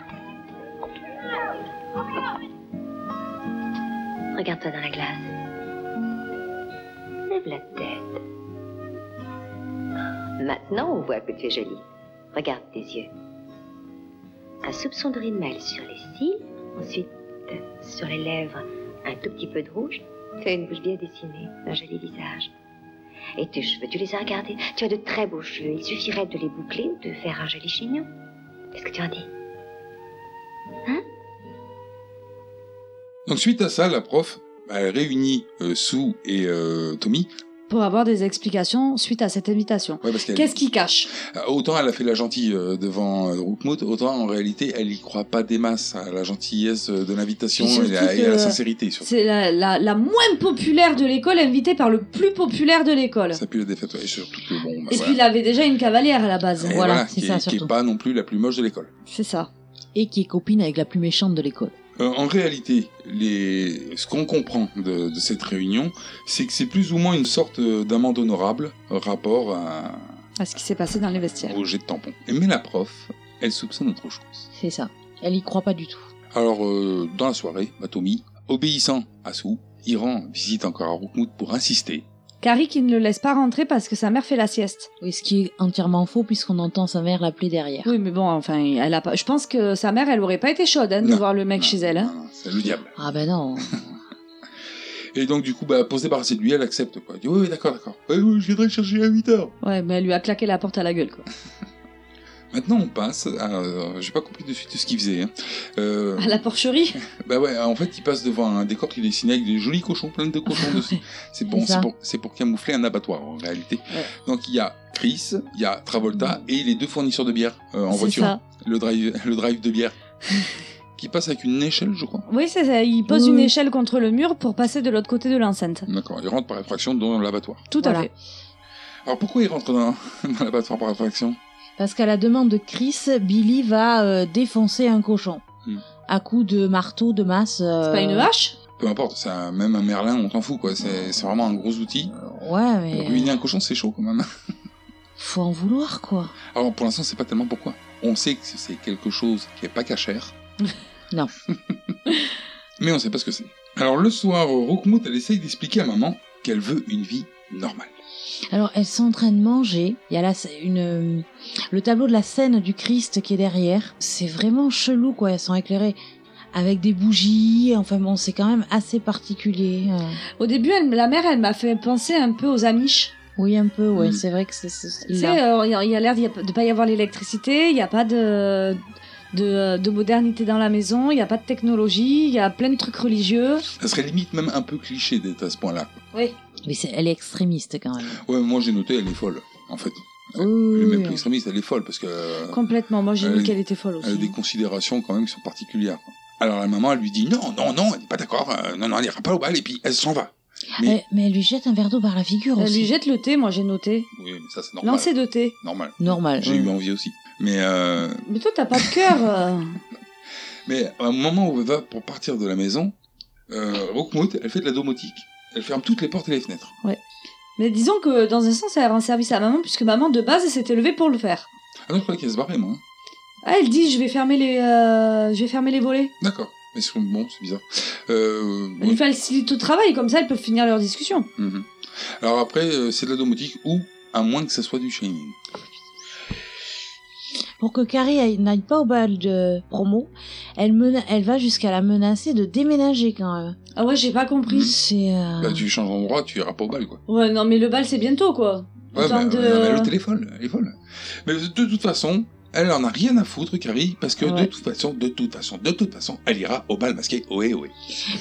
Speaker 9: Regarde-toi dans la glace. Lève la tête. Maintenant, on voit que tu es jolie. Regarde tes yeux. Un soupçon de rimel sur les cils, ensuite euh, sur les lèvres, un tout petit peu de rouge. Tu as une bouche bien dessinée, un joli visage. Et tes cheveux, tu les as regardés. Tu as de très beaux cheveux. Il suffirait de les boucler ou de faire un joli chignon. Qu'est-ce que tu en dis
Speaker 5: bah, Donc suite à ça, la prof, elle réunit euh, Sue et euh, Tommy
Speaker 6: pour avoir des explications suite à cette invitation.
Speaker 5: Ouais, parce qu'elle-
Speaker 6: Qu'est-ce qu'il cache
Speaker 5: Euh, Autant elle a fait la gentille euh, devant euh, Roukmout, autant en réalité elle y croit pas des masses à la gentillesse euh, de l'invitation et,
Speaker 6: Puis surtout
Speaker 5: la- et à la
Speaker 6: que-
Speaker 5: sincérité. Surtout.
Speaker 6: C'est la, la, la moins populaire de l'école invitée par le plus populaire de l'école.
Speaker 5: Ça pue la défaite. ouais, Et surtout que bon, bah,
Speaker 6: Et
Speaker 5: voilà.
Speaker 6: puis il avait déjà une cavalière à la base.
Speaker 5: Et
Speaker 6: voilà,
Speaker 5: voilà,
Speaker 7: c'est
Speaker 5: qui,
Speaker 7: ça,
Speaker 5: est- qui est
Speaker 7: surtout.
Speaker 5: pas non plus la plus moche de l'école.
Speaker 6: c'est ça.
Speaker 7: Et qui est copine avec la plus méchante de l'école.
Speaker 5: Euh, en réalité, les... ce qu'on comprend de, de cette réunion, c'est que c'est plus ou moins une sorte euh, d'amende honorable euh, rapport à...
Speaker 6: À ce qui s'est passé dans les vestiaires.
Speaker 5: au jet de tampon. Mais la prof, elle soupçonne autre chose.
Speaker 7: C'est ça. Elle y croit pas du tout.
Speaker 5: Alors, euh, dans la soirée, bah, Tommy, obéissant à Sou, il rend visite encore à Roukmout pour insister.
Speaker 6: Carrie qui ne le laisse pas rentrer parce que sa mère fait la sieste.
Speaker 7: Oui, ce qui est entièrement faux puisqu'on entend sa mère l'appeler derrière.
Speaker 6: Oui, mais bon, enfin, elle a pas. Je pense que sa mère, elle aurait pas été chaude hein, de
Speaker 5: Non.
Speaker 6: voir le mec chez elle. hein.
Speaker 5: Ah, C'est le diable.
Speaker 7: Ah ben
Speaker 5: [LAUGHS]
Speaker 7: non.
Speaker 5: Et donc, du coup, bah, pour se débarrasser de lui, elle accepte. Quoi. Elle dit Oui, oui, d'accord, d'accord. Oui, oui, je viendrai le chercher à 8h.
Speaker 6: Ouais, mais elle lui a claqué la porte à la gueule, quoi.
Speaker 5: Maintenant, on passe à. euh, J'ai pas compris de suite ce qu'il faisait. hein. Euh,
Speaker 6: À la porcherie.
Speaker 5: Bah ouais, en fait, il passe devant un décor qui est dessiné avec des jolis cochons, plein de cochons dessus. C'est bon,
Speaker 7: C'est ça.
Speaker 5: c'est pour, c'est pour camoufler un abattoir en réalité.
Speaker 6: Ouais.
Speaker 5: Donc il y a Chris, il y a Travolta et les deux fournisseurs de bière euh, [LAUGHS] en
Speaker 6: C'est
Speaker 5: voiture.
Speaker 6: ça.
Speaker 5: Le drive, le drive de bière. qui passe avec une échelle, je crois.
Speaker 6: Oui, c'est ça. Il pose
Speaker 7: Oui,
Speaker 6: une
Speaker 7: oui.
Speaker 6: échelle contre le mur pour passer de l'autre côté de l'enceinte.
Speaker 5: D'accord, il rentre par effraction dans l'abattoir.
Speaker 6: Tout à
Speaker 7: Voilà.
Speaker 6: fait.
Speaker 5: Alors pourquoi il rentre dans, [LAUGHS] dans l'abattoir par effraction
Speaker 7: Parce qu'à la demande de Chris, Billy va euh, défoncer un cochon.
Speaker 5: Hmm.
Speaker 7: À coups de marteau, de masse. euh,
Speaker 6: C'est pas une
Speaker 7: hache
Speaker 6: hache
Speaker 5: Peu importe, c'est un- même un Merlin, on s'en fout quoi. C'est c'est vraiment un gros outil.
Speaker 7: Ouais, mais.
Speaker 5: Ruiner un cochon, c'est chaud quand même.
Speaker 7: Faut en vouloir, quoi.
Speaker 5: Alors Ah, oh, pour l'instant, c'est pas tellement pourquoi. On sait que c'est quelque chose qui est pas cachère.
Speaker 7: [LAUGHS] Non.
Speaker 5: [LAUGHS] Mais on sait pas ce que c'est. Alors le soir, Roukmout, elle essaye d'expliquer à maman qu'elle veut une vie normale.
Speaker 7: Alors, elle s'entraîne manger. Il y a là une, euh, le tableau de la scène du Christ qui est derrière. C'est vraiment chelou, quoi. Elles sont éclairées avec des bougies. Enfin bon, c'est quand même assez particulier. euh.
Speaker 6: Au début, elle- la mère, elle m'a fait penser un peu aux Amish.
Speaker 7: Oui, un peu, ouais.
Speaker 5: Mm.
Speaker 7: C'est vrai que c'est- c'est.
Speaker 6: Tu
Speaker 7: là.
Speaker 6: sais, euh, il y a- il y a l'air d'y a- de pas y avoir l'électricité, il n'y a pas de, de, de modernité dans la maison, il n'y a pas de technologie, il y a plein de trucs religieux.
Speaker 5: Ça serait limite même un peu cliché d'être à ce point-là.
Speaker 6: Oui.
Speaker 7: Mais c'est- elle est extrémiste, quand même.
Speaker 5: Ouais, moi j'ai noté, elle est folle, en fait.
Speaker 7: Oui,
Speaker 5: Elle
Speaker 7: oui,
Speaker 5: est
Speaker 7: oui,
Speaker 5: même plus
Speaker 7: oui.
Speaker 5: extrémiste, elle est folle parce que euh,
Speaker 6: Complètement. Moi, j'ai
Speaker 5: Elle-
Speaker 6: vu qu'elle était folle
Speaker 5: elle a
Speaker 6: aussi.
Speaker 5: des considérations quand même qui sont particulières. quoi. Alors la maman, elle lui dit non, non, non, elle n'est pas d'accord, euh, non, non, elle ira pas au bal et puis elle s'en va.
Speaker 7: Euh,
Speaker 5: Mais,
Speaker 7: Mais... elle lui jette un verre d'eau par la figure
Speaker 6: Elle
Speaker 7: aussi.
Speaker 6: lui jette le thé, moi, j'ai noté.
Speaker 5: oui, mais ça c'est normal.
Speaker 6: Lancer de thé.
Speaker 5: Normal.
Speaker 7: Normal.
Speaker 5: J'ai
Speaker 7: oui.
Speaker 5: eu envie aussi. Mais euh,
Speaker 6: Mais toi, t'as pas de cœur.
Speaker 5: [LAUGHS]
Speaker 6: euh.
Speaker 5: Mais au moment où elle va pour partir de la maison, euh, Rookmout, elle fait de la domotique. Elle ferme toutes les portes et les fenêtres.
Speaker 6: Mais disons que dans un sens, elle rend service à maman, puisque maman, de base, elle s'était levée pour le faire.
Speaker 5: Ah non, je croyais qu'elle se barrait, moi. hein.
Speaker 6: Ah, elle dit, je vais fermer les, euh, je vais fermer les volets.
Speaker 5: D'accord. Mais c'est bon, c'est bizarre. Euh,
Speaker 6: Elle
Speaker 5: oui.
Speaker 6: lui facilite le travail, comme ça, elles peuvent finir leur discussion.
Speaker 5: Mhm. Alors après, euh, c'est de la domotique ou, à moins que ça soit du shining.
Speaker 7: Pour que Carrie aille- n'aille pas au bal de promo, elle, mena- elle va jusqu'à la menacer de déménager quand même.
Speaker 6: Ah ouais, j'ai pas compris.
Speaker 7: C'est. euh,
Speaker 6: Ah.
Speaker 5: Bah, tu changes d'endroit, tu iras pas au bal, quoi.
Speaker 6: Ouais, non, mais le bal, c'est bientôt, quoi.
Speaker 5: Ouais,
Speaker 6: Autant
Speaker 5: bah,
Speaker 6: de-
Speaker 5: euh, mais elle est folle, elle est folle. Mais de toute façon, elle en a rien à foutre, Carrie, parce que de
Speaker 6: Ah Ouais.
Speaker 5: toute façon, de toute façon, de toute façon, elle ira au bal masqué, ohé, ohé.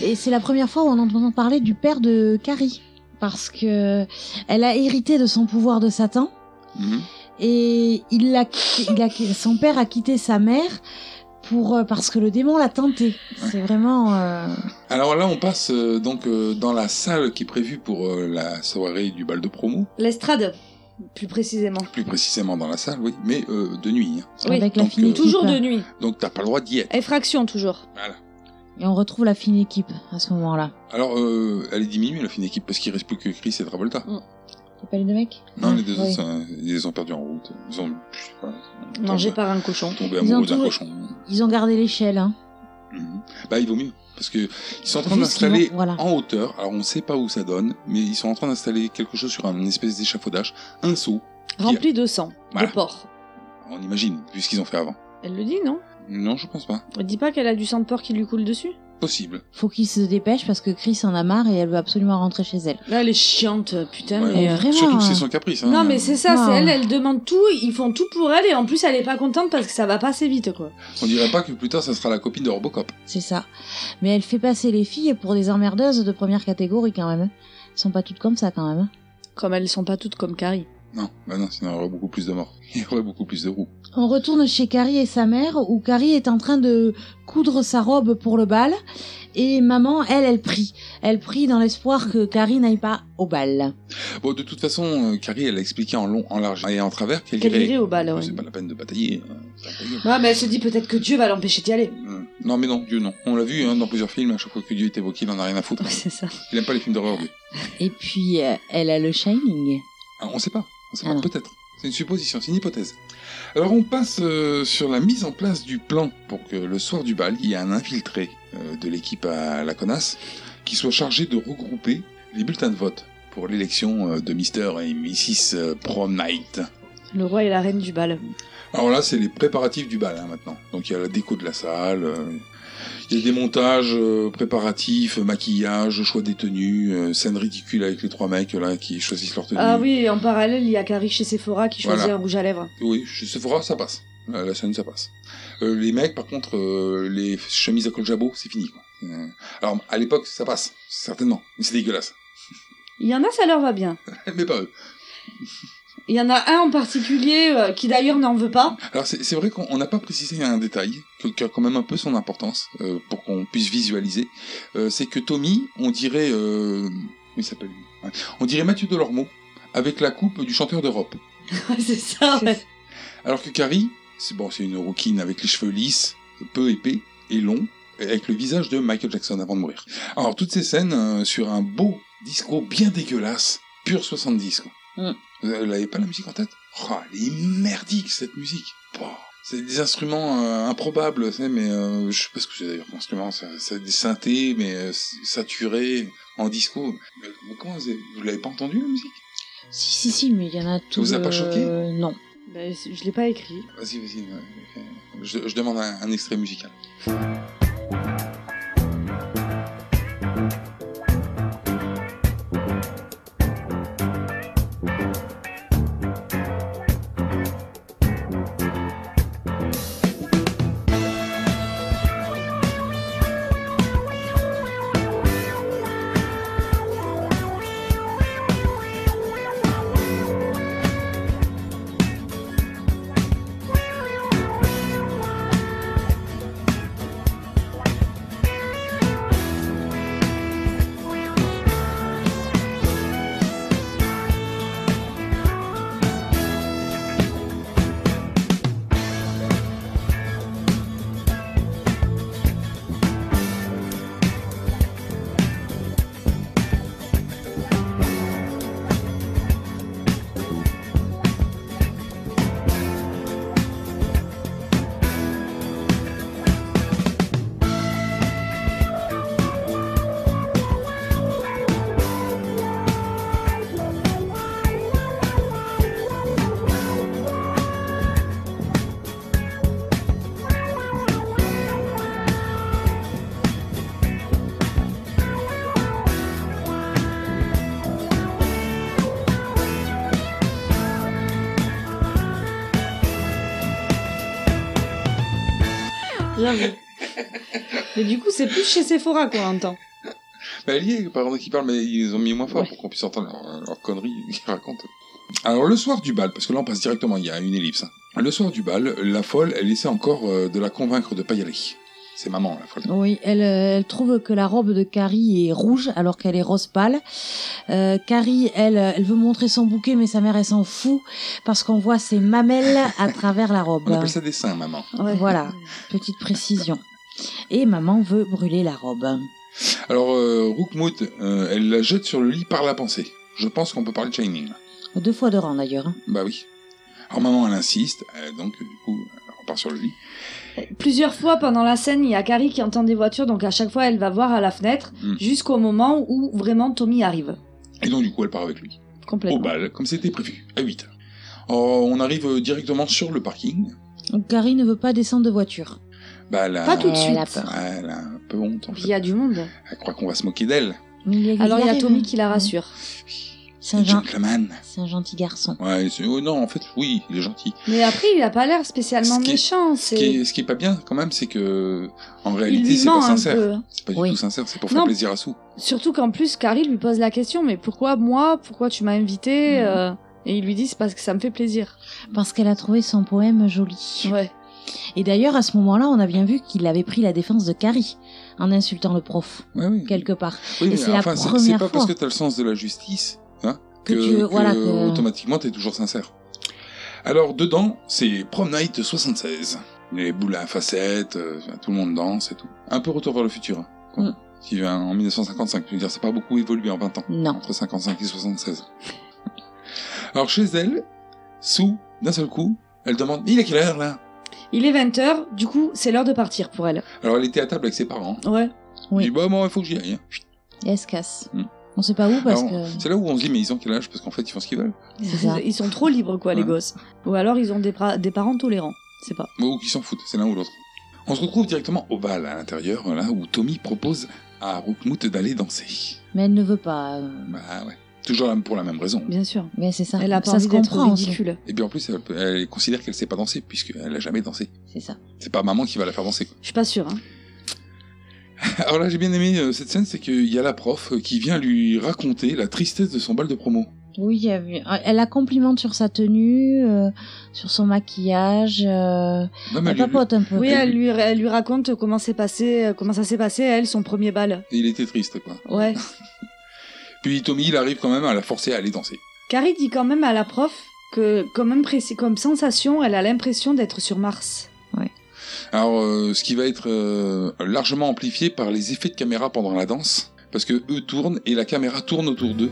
Speaker 7: Et c'est la première fois où on entend parler du père de Carrie. Parce que elle a hérité de son pouvoir de Satan.
Speaker 5: Mhm.
Speaker 7: Et il l'a, il a, son père a quitté sa mère pour, euh, parce que le démon l'a tenté. C'est vraiment. euh,
Speaker 5: Alors là, on passe euh, donc euh, dans la salle qui est prévue pour euh, la soirée du bal de promo,
Speaker 6: L'estrade, plus précisément.
Speaker 5: plus précisément dans la salle, oui, mais euh, de nuit. hein.
Speaker 6: Oui,
Speaker 7: avec la
Speaker 5: donc,
Speaker 7: fine
Speaker 5: euh,
Speaker 7: équipe.
Speaker 6: Toujours de nuit.
Speaker 5: Donc t'as pas le droit d'y être.
Speaker 6: Effraction, toujours.
Speaker 5: Voilà.
Speaker 7: Et on retrouve la fine équipe à ce moment-là.
Speaker 5: Alors, euh, elle est diminuée la fine équipe parce qu'il reste plus que Chris et Travolta.
Speaker 7: T'as pas les deux mecs
Speaker 5: Non,
Speaker 7: Ah,
Speaker 5: les deux
Speaker 7: oui.
Speaker 5: autres, ça, ils les ont perdus en route. Ils ont pff, voilà, ils ont
Speaker 6: Mangé
Speaker 5: tombé-
Speaker 6: par un cochon.
Speaker 5: tombé
Speaker 7: Ils
Speaker 5: amoureux
Speaker 7: ont
Speaker 5: d'un
Speaker 7: tout-
Speaker 5: cochon.
Speaker 7: Ils ont gardé l'échelle. Hein.
Speaker 5: Mhm. Bah, il vaut mieux parce que ils sont en train
Speaker 7: Juste
Speaker 5: d'installer
Speaker 7: qu'ils vont- voilà.
Speaker 5: en hauteur. Alors, on sait pas où ça donne, mais ils sont en train d'installer quelque chose sur un espèce d'échafaudage, un seau.
Speaker 6: Rempli de sang.
Speaker 5: Voilà.
Speaker 6: De porc.
Speaker 5: On imagine, vu ce qu'ils ont fait avant.
Speaker 6: Elle le dit, non
Speaker 5: Non, je pense pas.
Speaker 6: Elle dit pas qu'elle a du sang de porc qui lui coule dessus
Speaker 5: Possible.
Speaker 7: Faut qu'ils se dépêchent parce que Chris en a marre et elle veut absolument rentrer chez elle.
Speaker 6: Là, elle est chiante, putain,
Speaker 5: Ouais,
Speaker 6: mais...
Speaker 7: bon.
Speaker 6: euh,
Speaker 7: vraiment,
Speaker 5: Surtout que
Speaker 7: hein.
Speaker 5: c'est son caprice. hein.
Speaker 6: Mm. Non, mais c'est ça, c'est
Speaker 7: Non.
Speaker 6: elle, elle demande tout, ils font tout pour elle, et en plus, elle est pas contente parce que ça va pas assez vite, quoi.
Speaker 5: On dirait pas que plus tard, ça sera la copine de Robocop.
Speaker 7: C'est ça. Mais elle fait passer les filles pour des emmerdeuses de première catégorie quand même. Elles sont pas toutes comme ça quand même.
Speaker 6: Comme elles sont pas toutes comme Carrie.
Speaker 5: Non, bah non, sinon il y aurait beaucoup plus de morts. [LAUGHS] Il y aurait beaucoup plus de roues.
Speaker 7: On retourne chez Carrie et sa mère, où Carrie est en train de coudre sa robe pour le bal. Et maman, elle, elle prie. Elle prie dans l'espoir que Carrie n'aille pas au bal.
Speaker 5: Bon, de toute façon, euh, Carrie, elle a expliqué en long, en large et en travers qu'elle
Speaker 6: Qu'elle
Speaker 5: irait.
Speaker 6: irait au bal,
Speaker 5: Bon,
Speaker 6: ouais.
Speaker 5: C'est pas la peine de batailler. euh, c'est un peu gueule.
Speaker 6: Ouais, mais elle se dit peut-être que Dieu va l'empêcher d'y aller.
Speaker 5: Euh, Non, mais non, Dieu, non. On l'a vu hein, dans plusieurs films, à chaque fois que Dieu est évoqué, il en a rien à foutre.
Speaker 6: Ouais, [LAUGHS] c'est ça.
Speaker 5: Il aime pas les films d'horreur, lui.
Speaker 7: Et puis, euh, elle a le Shining.
Speaker 5: Ah, on sait pas. On sait
Speaker 7: Ah
Speaker 5: pas.
Speaker 7: non.
Speaker 5: Peut-être. C'est une supposition, c'est une hypothèse. Alors on passe euh, sur la mise en place du plan pour que le soir du bal, il y a un infiltré euh, de l'équipe à la connasse qui soit chargé de regrouper les bulletins de vote pour l'élection euh, de Mr. et Mrs. euh, Prom Night.
Speaker 6: Le roi et la reine du bal.
Speaker 5: Alors là, c'est les préparatifs du bal hein, maintenant. Donc il y a la déco de la salle, euh, il y a des montages euh, préparatifs, euh, maquillage, choix des tenues, euh, scène ridicule avec les trois mecs là qui choisissent leur tenue.
Speaker 6: Ah oui, et en parallèle, il y a Carrie chez Sephora qui choisit
Speaker 5: Voilà.
Speaker 6: un rouge à lèvres.
Speaker 5: Oui, chez Sephora, ça passe. La, la scène, ça passe. Euh, les mecs, par contre, euh, les chemises à col jabot, c'est fini. Quoi. Euh, alors, à l'époque, ça passe, certainement, mais c'est dégueulasse. [LAUGHS]
Speaker 6: Il y en a, ça leur va bien.
Speaker 5: mais pas eux.
Speaker 6: Il y en a un en particulier euh, qui d'ailleurs n'en veut pas. [LAUGHS]
Speaker 5: Alors, c'est c'est vrai qu'on on n'a pas précisé un détail, que- qui a quand même un peu son importance, euh, pour qu'on puisse visualiser. Euh, c'est que Tommy, on dirait... Euh, comment il s'appelle lui Ouais. On dirait Mathieu Delormeau, avec la coupe du chanteur d'Europe.
Speaker 6: Ouais, c'est ça, ouais.
Speaker 5: Alors que Carrie, c'est bon, c'est une rouquine avec les cheveux lisses, peu épais et longs, et avec le visage de Michael Jackson avant de mourir. Alors toutes ces scènes euh, sur un beau disco bien dégueulasse, pur 70 quoi.
Speaker 7: Mm.
Speaker 5: Vous n'avez pas la musique en tête Oh, elle est merdique cette musique. Pouah. c'est des instruments euh, improbables, tu sais, mais euh, je sais pas ce que c'est d'ailleurs comme instrument, ça, ça- des synthés, mais euh, saturés, en disco. Mais, mais comment vous avez- vous l'avez pas entendu la musique
Speaker 7: Si, si, si, mais il y en a tout.
Speaker 5: vous a pas
Speaker 7: euh,
Speaker 5: choqué
Speaker 7: Non.
Speaker 6: Ben, c'est- je l'ai pas écrit.
Speaker 5: Vas-y, vas-y, euh, euh, je, je demande un- un extrait musical.
Speaker 6: Bien vu. Mais du coup, c'est plus chez Sephora qu'on entend.
Speaker 5: Bah, elle y est, pendant qu'ils parlent, mais ils ont mis moins fort pour qu'on puisse entendre leurs leur conneries [LAUGHS] qu'ils racontent. Alors, le soir du bal, parce que là, on passe directement, il y a une ellipse. hein. Le soir du bal, la folle, elle essaie encore euh, de la convaincre de pas y aller. C'est maman, la folle.
Speaker 7: Oui, elle, euh, elle trouve que la robe de Carrie est rouge alors qu'elle est rose pâle. Euh, Carrie, elle, euh, elle veut montrer son bouquet, mais sa mère, elle s'en fout parce qu'on voit ses [LAUGHS] mamelles à travers la robe.
Speaker 5: On appelle ça des seins, maman.
Speaker 6: Ouais.
Speaker 7: Voilà, petite précision. Et maman veut brûler la robe.
Speaker 5: Alors, euh, Rookmout, euh, elle la jette sur le lit par la pensée. Je pense qu'on peut parler de Shining. là.
Speaker 7: Deux fois de rang d'ailleurs. hein.
Speaker 5: Bah oui. Alors, maman, elle insiste, euh, donc, du coup, elle repart sur le lit.
Speaker 6: Plusieurs fois pendant la scène, il y a Carrie qui entend des voitures, donc à chaque fois, elle va voir à la fenêtre
Speaker 5: Mm.
Speaker 6: jusqu'au moment où vraiment Tommy arrive.
Speaker 5: Et donc, du coup, elle part avec lui. Au
Speaker 6: Complètement.
Speaker 5: bal, comme c'était prévu, à 8 heures. Oh, on arrive euh, directement sur le parking.
Speaker 7: Donc Carrie ne veut pas descendre de voiture.
Speaker 5: Bah, elle a-
Speaker 6: Pas tout de
Speaker 7: Elle a
Speaker 6: suite.
Speaker 7: peur.
Speaker 5: Ah, Elle a un peu honte en
Speaker 6: Puis
Speaker 5: fait.
Speaker 6: Il y a du monde.
Speaker 5: Elle croit qu'on va se moquer d'elle.
Speaker 7: Il y a-
Speaker 6: Alors il y a
Speaker 7: arrive,
Speaker 6: Tommy
Speaker 7: hein.
Speaker 6: qui la rassure.
Speaker 7: C'est un, gen-
Speaker 5: Gentleman.
Speaker 7: c'est un gentil garçon.
Speaker 5: Ouais, c'est- oh non, en fait, oui, il est gentil.
Speaker 6: Mais après, il a pas l'air spécialement
Speaker 5: Ce qui est-
Speaker 6: méchant.
Speaker 5: Ce qui,
Speaker 6: C'est.
Speaker 5: est, ce qui est pas bien, quand même, c'est que, en
Speaker 6: Il
Speaker 5: réalité,
Speaker 6: lui
Speaker 5: c'est pas
Speaker 6: ment un peu.
Speaker 5: sincère.
Speaker 6: hein.
Speaker 5: C'est pas du
Speaker 7: Oui.
Speaker 5: tout sincère, c'est pour faire
Speaker 6: Non.
Speaker 5: plaisir à Sou.
Speaker 6: Surtout qu'en plus, Carrie lui pose la question mais pourquoi moi Pourquoi tu m'as invité
Speaker 5: Hmm.
Speaker 6: Euh, Et il lui dit c'est parce que ça me fait plaisir.
Speaker 7: Parce qu'elle a trouvé son poème joli.
Speaker 6: Ouais.
Speaker 7: Et d'ailleurs, à ce moment-là, on a bien vu qu'il avait pris la défense de Carrie en insultant le prof,
Speaker 5: Ouais, oui.
Speaker 7: quelque part.
Speaker 5: Oui,
Speaker 7: Et
Speaker 5: mais
Speaker 7: c'est la
Speaker 5: enfin, c'est- c'est
Speaker 7: première
Speaker 5: pas parce que
Speaker 7: fois.
Speaker 5: t'as le sens de la justice hein, que,
Speaker 7: Que tu-
Speaker 5: que
Speaker 7: voilà, que-
Speaker 5: automatiquement t'es toujours sincère. Alors dedans, c'est Prom Night 76. Les boules à facettes, euh, tout le monde danse et tout. Un peu retour vers le futur, hein, quoi.
Speaker 7: Mm.
Speaker 5: qui vient en 1955. Je veux dire, ça n'a pas beaucoup évolué en 20 ans.
Speaker 7: Non.
Speaker 5: Entre 55 et 76. Alors chez elle, Sue, d'un seul coup, elle demande Il est quelle heure là
Speaker 6: Il est 20h, du coup, c'est l'heure de partir pour elle.
Speaker 5: Alors elle était à table avec ses parents.
Speaker 6: Ouais.
Speaker 7: Oui.
Speaker 5: Elle dit Bah, moi, il faut que j'y aille. hein.
Speaker 7: Et elle se casse.
Speaker 5: Mm.
Speaker 7: On sait pas où parce
Speaker 5: Alors,
Speaker 7: que.
Speaker 5: C'est là où on se dit Mais ils ont quel âge Parce qu'en fait, ils font ce qu'ils veulent.
Speaker 7: C'est ça.
Speaker 6: Ils sont trop libres, quoi, les
Speaker 5: Ouais.
Speaker 6: gosses. Ou alors, ils ont des, pra- des parents tolérants. C'est pas.
Speaker 5: Ou qui s'en foutent, c'est l'un ou l'autre. On se retrouve directement au bal à l'intérieur, là où Tommy propose à Rookmout d'aller danser.
Speaker 7: Mais elle ne veut pas. euh,
Speaker 5: Bah ouais, toujours la- pour la même raison.
Speaker 6: Bien sûr.
Speaker 7: Mais c'est ça.
Speaker 6: Elle a pas
Speaker 7: ça
Speaker 6: envie
Speaker 7: se
Speaker 6: d'être
Speaker 7: comprend aussi.
Speaker 6: ridicule.
Speaker 5: Et puis en plus, elle, peut- elle considère qu'elle sait pas danser, puisqu'elle a jamais dansé.
Speaker 7: C'est ça.
Speaker 5: C'est pas maman qui va la faire danser. quoi.
Speaker 6: Je suis pas sûre. Hein.
Speaker 5: Alors là, j'ai bien aimé euh, cette scène, c'est qu'il y a la prof euh, qui vient lui raconter la tristesse de son bal de promo.
Speaker 7: Oui, elle elle la complimente sur sa tenue, euh, sur son maquillage. euh,
Speaker 5: Non, Ah, mais
Speaker 7: Elle
Speaker 5: lui-
Speaker 7: papote un peu.
Speaker 6: Oui,
Speaker 5: Et
Speaker 6: elle
Speaker 5: lui-
Speaker 6: lui, elle lui raconte comment s'est passé, euh, comment ça s'est passé à elle son premier bal.
Speaker 5: il était triste, quoi.
Speaker 6: Ouais.
Speaker 5: Puis Tommy, il arrive quand même à la forcer à aller danser.
Speaker 6: [LAUGHS] Carrie dit quand même à la prof que, comme, impressi- comme sensation, elle a l'impression d'être sur Mars.
Speaker 5: Alors, euh, ce qui va être euh, largement amplifié par les effets de caméra pendant la danse, parce que eux tournent et la caméra tourne autour d'eux.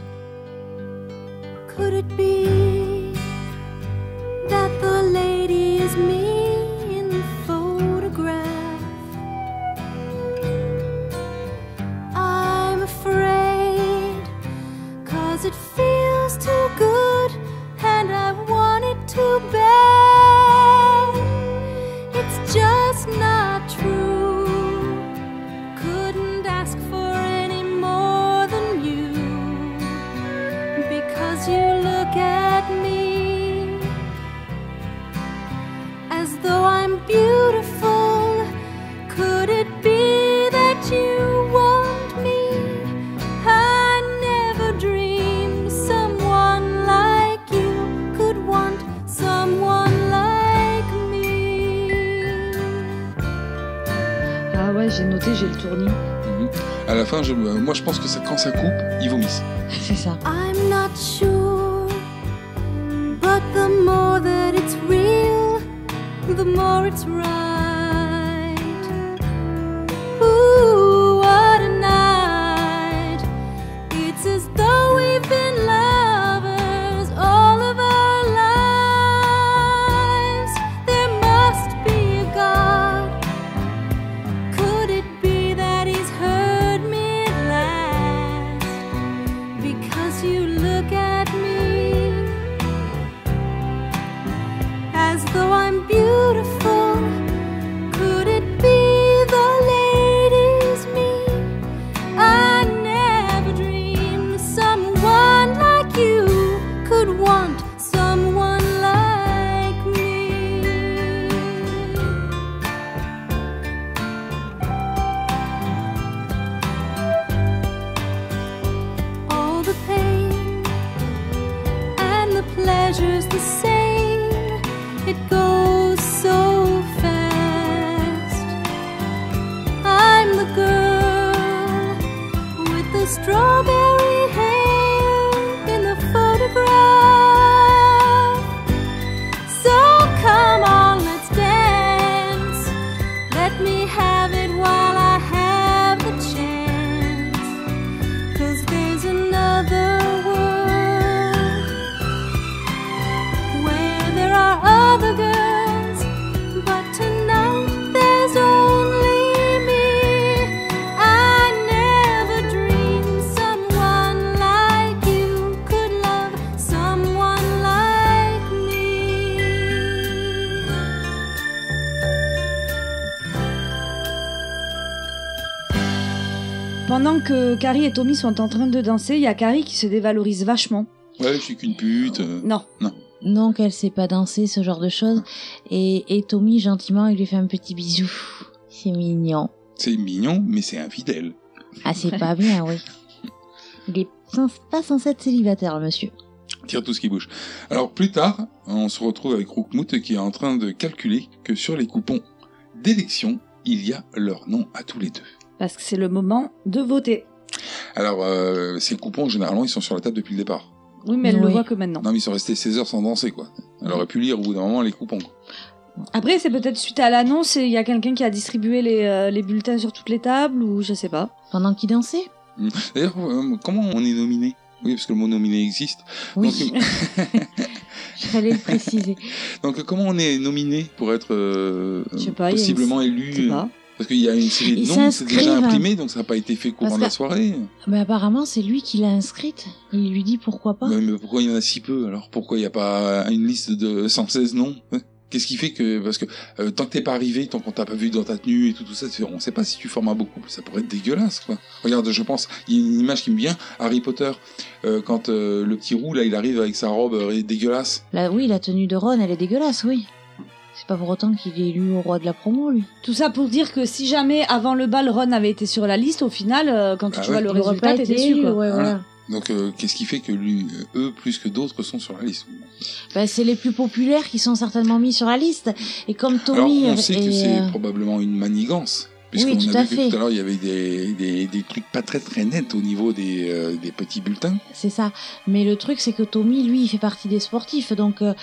Speaker 8: Could it be that the lady is me in the photograph? I'm afraid, cause it feels too good, and I want it too bad. It's just not true. Couldn't ask for any more than you because you look at me as though I'm beautiful. Could it be that you want me? I never dreamed someone like you could want someone like me.
Speaker 6: Ah ouais, j'ai noté, j'ai le tournis.
Speaker 5: À la fin, je- euh, moi je pense que ça- quand ça coupe, ils vomissent.
Speaker 7: C'est ça.
Speaker 8: I'm not sure, but the more that it's real, the more it's right. Ooh, what a night! It's as though we've been lovers all of our lives. There must be a God. Could it be that He's heard me at last? because you look at me as though I'm beautiful. Could it be the lady's me? I never dreamed someone like you could want someone like me. all the pain and the pleasure's the same. It goes so fast. I'm the girl with the strawberry hair in the photograph. So come on, let's dance. Let me have it while I have the chance. Cause there's another world where there are other girls, but tonight there's only me. I never dreamed someone like you could love someone like me.
Speaker 6: Pendant que Carrie et Tommy sont en train de danser, il y a Carrie qui se dévalorise vachement.
Speaker 5: Ouais, je suis qu'une pute. euh.
Speaker 6: Non.
Speaker 5: Non.
Speaker 7: Non, qu'elle sait pas danser, ce genre de choses. Et, et Tommy, gentiment, il lui fait un petit bisou. C'est mignon.
Speaker 5: C'est mignon, mais c'est infidèle.
Speaker 7: Ah, c'est pas bien, oui. Il est sans- pas censé être célibataire, le monsieur.
Speaker 5: Tire tout ce qui bouge. Alors plus tard, on se retrouve avec Rookmout qui est en train de calculer que sur les coupons d'élection, il y a leur nom à tous les deux.
Speaker 6: Parce que c'est le moment de voter.
Speaker 5: Alors euh, ces coupons, généralement, ils sont sur la table depuis le départ.
Speaker 6: Oui, mais elle le
Speaker 5: Oui.
Speaker 6: voit que maintenant.
Speaker 5: Non, mais ils sont restés 16 heures sans danser, quoi. Elle aurait pu lire au bout d'un moment les coupons. quoi.
Speaker 6: Après, c'est peut-être suite à l'annonce et il y a quelqu'un qui a distribué les, euh, les bulletins sur toutes les tables ou je sais pas.
Speaker 7: Pendant qu'il dansait
Speaker 5: Mm. D'ailleurs, euh, comment on est nominé Oui, parce que le mot nominé existe.
Speaker 7: Oui. [LAUGHS]
Speaker 5: Donc, euh,
Speaker 7: Il fallait le préciser.
Speaker 5: donc, euh, comment on est nominé pour être euh,
Speaker 7: Je sais pas, il y a
Speaker 5: possiblement
Speaker 7: une-
Speaker 5: élu
Speaker 7: je sais pas.
Speaker 5: euh, Parce qu'il y a une série de
Speaker 7: Ils
Speaker 5: noms, c'est déjà
Speaker 7: s'inscrivent.
Speaker 5: imprimé, donc ça n'a pas été fait au courant
Speaker 7: Parce
Speaker 5: de la
Speaker 7: que-
Speaker 5: soirée.
Speaker 7: Mais Bah, apparemment, c'est lui qui l'a inscrite. Il lui dit pourquoi pas.
Speaker 5: Bah, mais pourquoi il y en a si peu Alors pourquoi il n'y a pas une liste de 116 noms [LAUGHS] Qu'est-ce qui fait que parce que euh, tant que t'es pas arrivé, tant qu'on t'a pas vu dans ta tenue et tout tout ça, c'est- on sait pas si tu formes un beau couple, ça pourrait être dégueulasse quoi. Regarde, je pense, il y a une image qui me vient, Harry Potter, euh, quand euh, le petit roux là, il arrive avec sa robe euh, dégueulasse.
Speaker 7: Là, oui, la tenue de Ron, elle est dégueulasse, oui. C'est pas pour autant qu'il est élu au roi de la promo, lui.
Speaker 6: Tout ça pour dire que si jamais avant le bal Ron avait été sur la liste, au final, euh, quand
Speaker 5: Bah
Speaker 6: tu
Speaker 5: ouais.
Speaker 6: vois le
Speaker 5: Il aurait
Speaker 6: résultat,
Speaker 7: pas
Speaker 6: t'es
Speaker 7: été
Speaker 6: déçu.
Speaker 7: élu,
Speaker 6: quoi.
Speaker 7: ouais, voilà.
Speaker 5: Donc euh, qu'est-ce qui fait que lui, euh, eux plus que d'autres sont sur la liste
Speaker 7: Bah, c'est les plus populaires qui sont certainement mis sur la liste. Et comme
Speaker 5: Alors
Speaker 7: Tommy.
Speaker 5: on
Speaker 7: euh,
Speaker 5: sait
Speaker 7: et,
Speaker 5: que c'est
Speaker 7: euh,
Speaker 5: probablement une manigance.
Speaker 7: Oui,
Speaker 5: Puisqu'on
Speaker 7: tout
Speaker 5: a
Speaker 7: à
Speaker 5: vu
Speaker 7: fait.
Speaker 5: que tout à l'heure, il y avait des, des, des trucs pas très très nets au niveau des, euh, des petits bulletins.
Speaker 7: C'est ça. Mais le truc, c'est que Tommy, lui, il fait partie des sportifs. Donc, euh,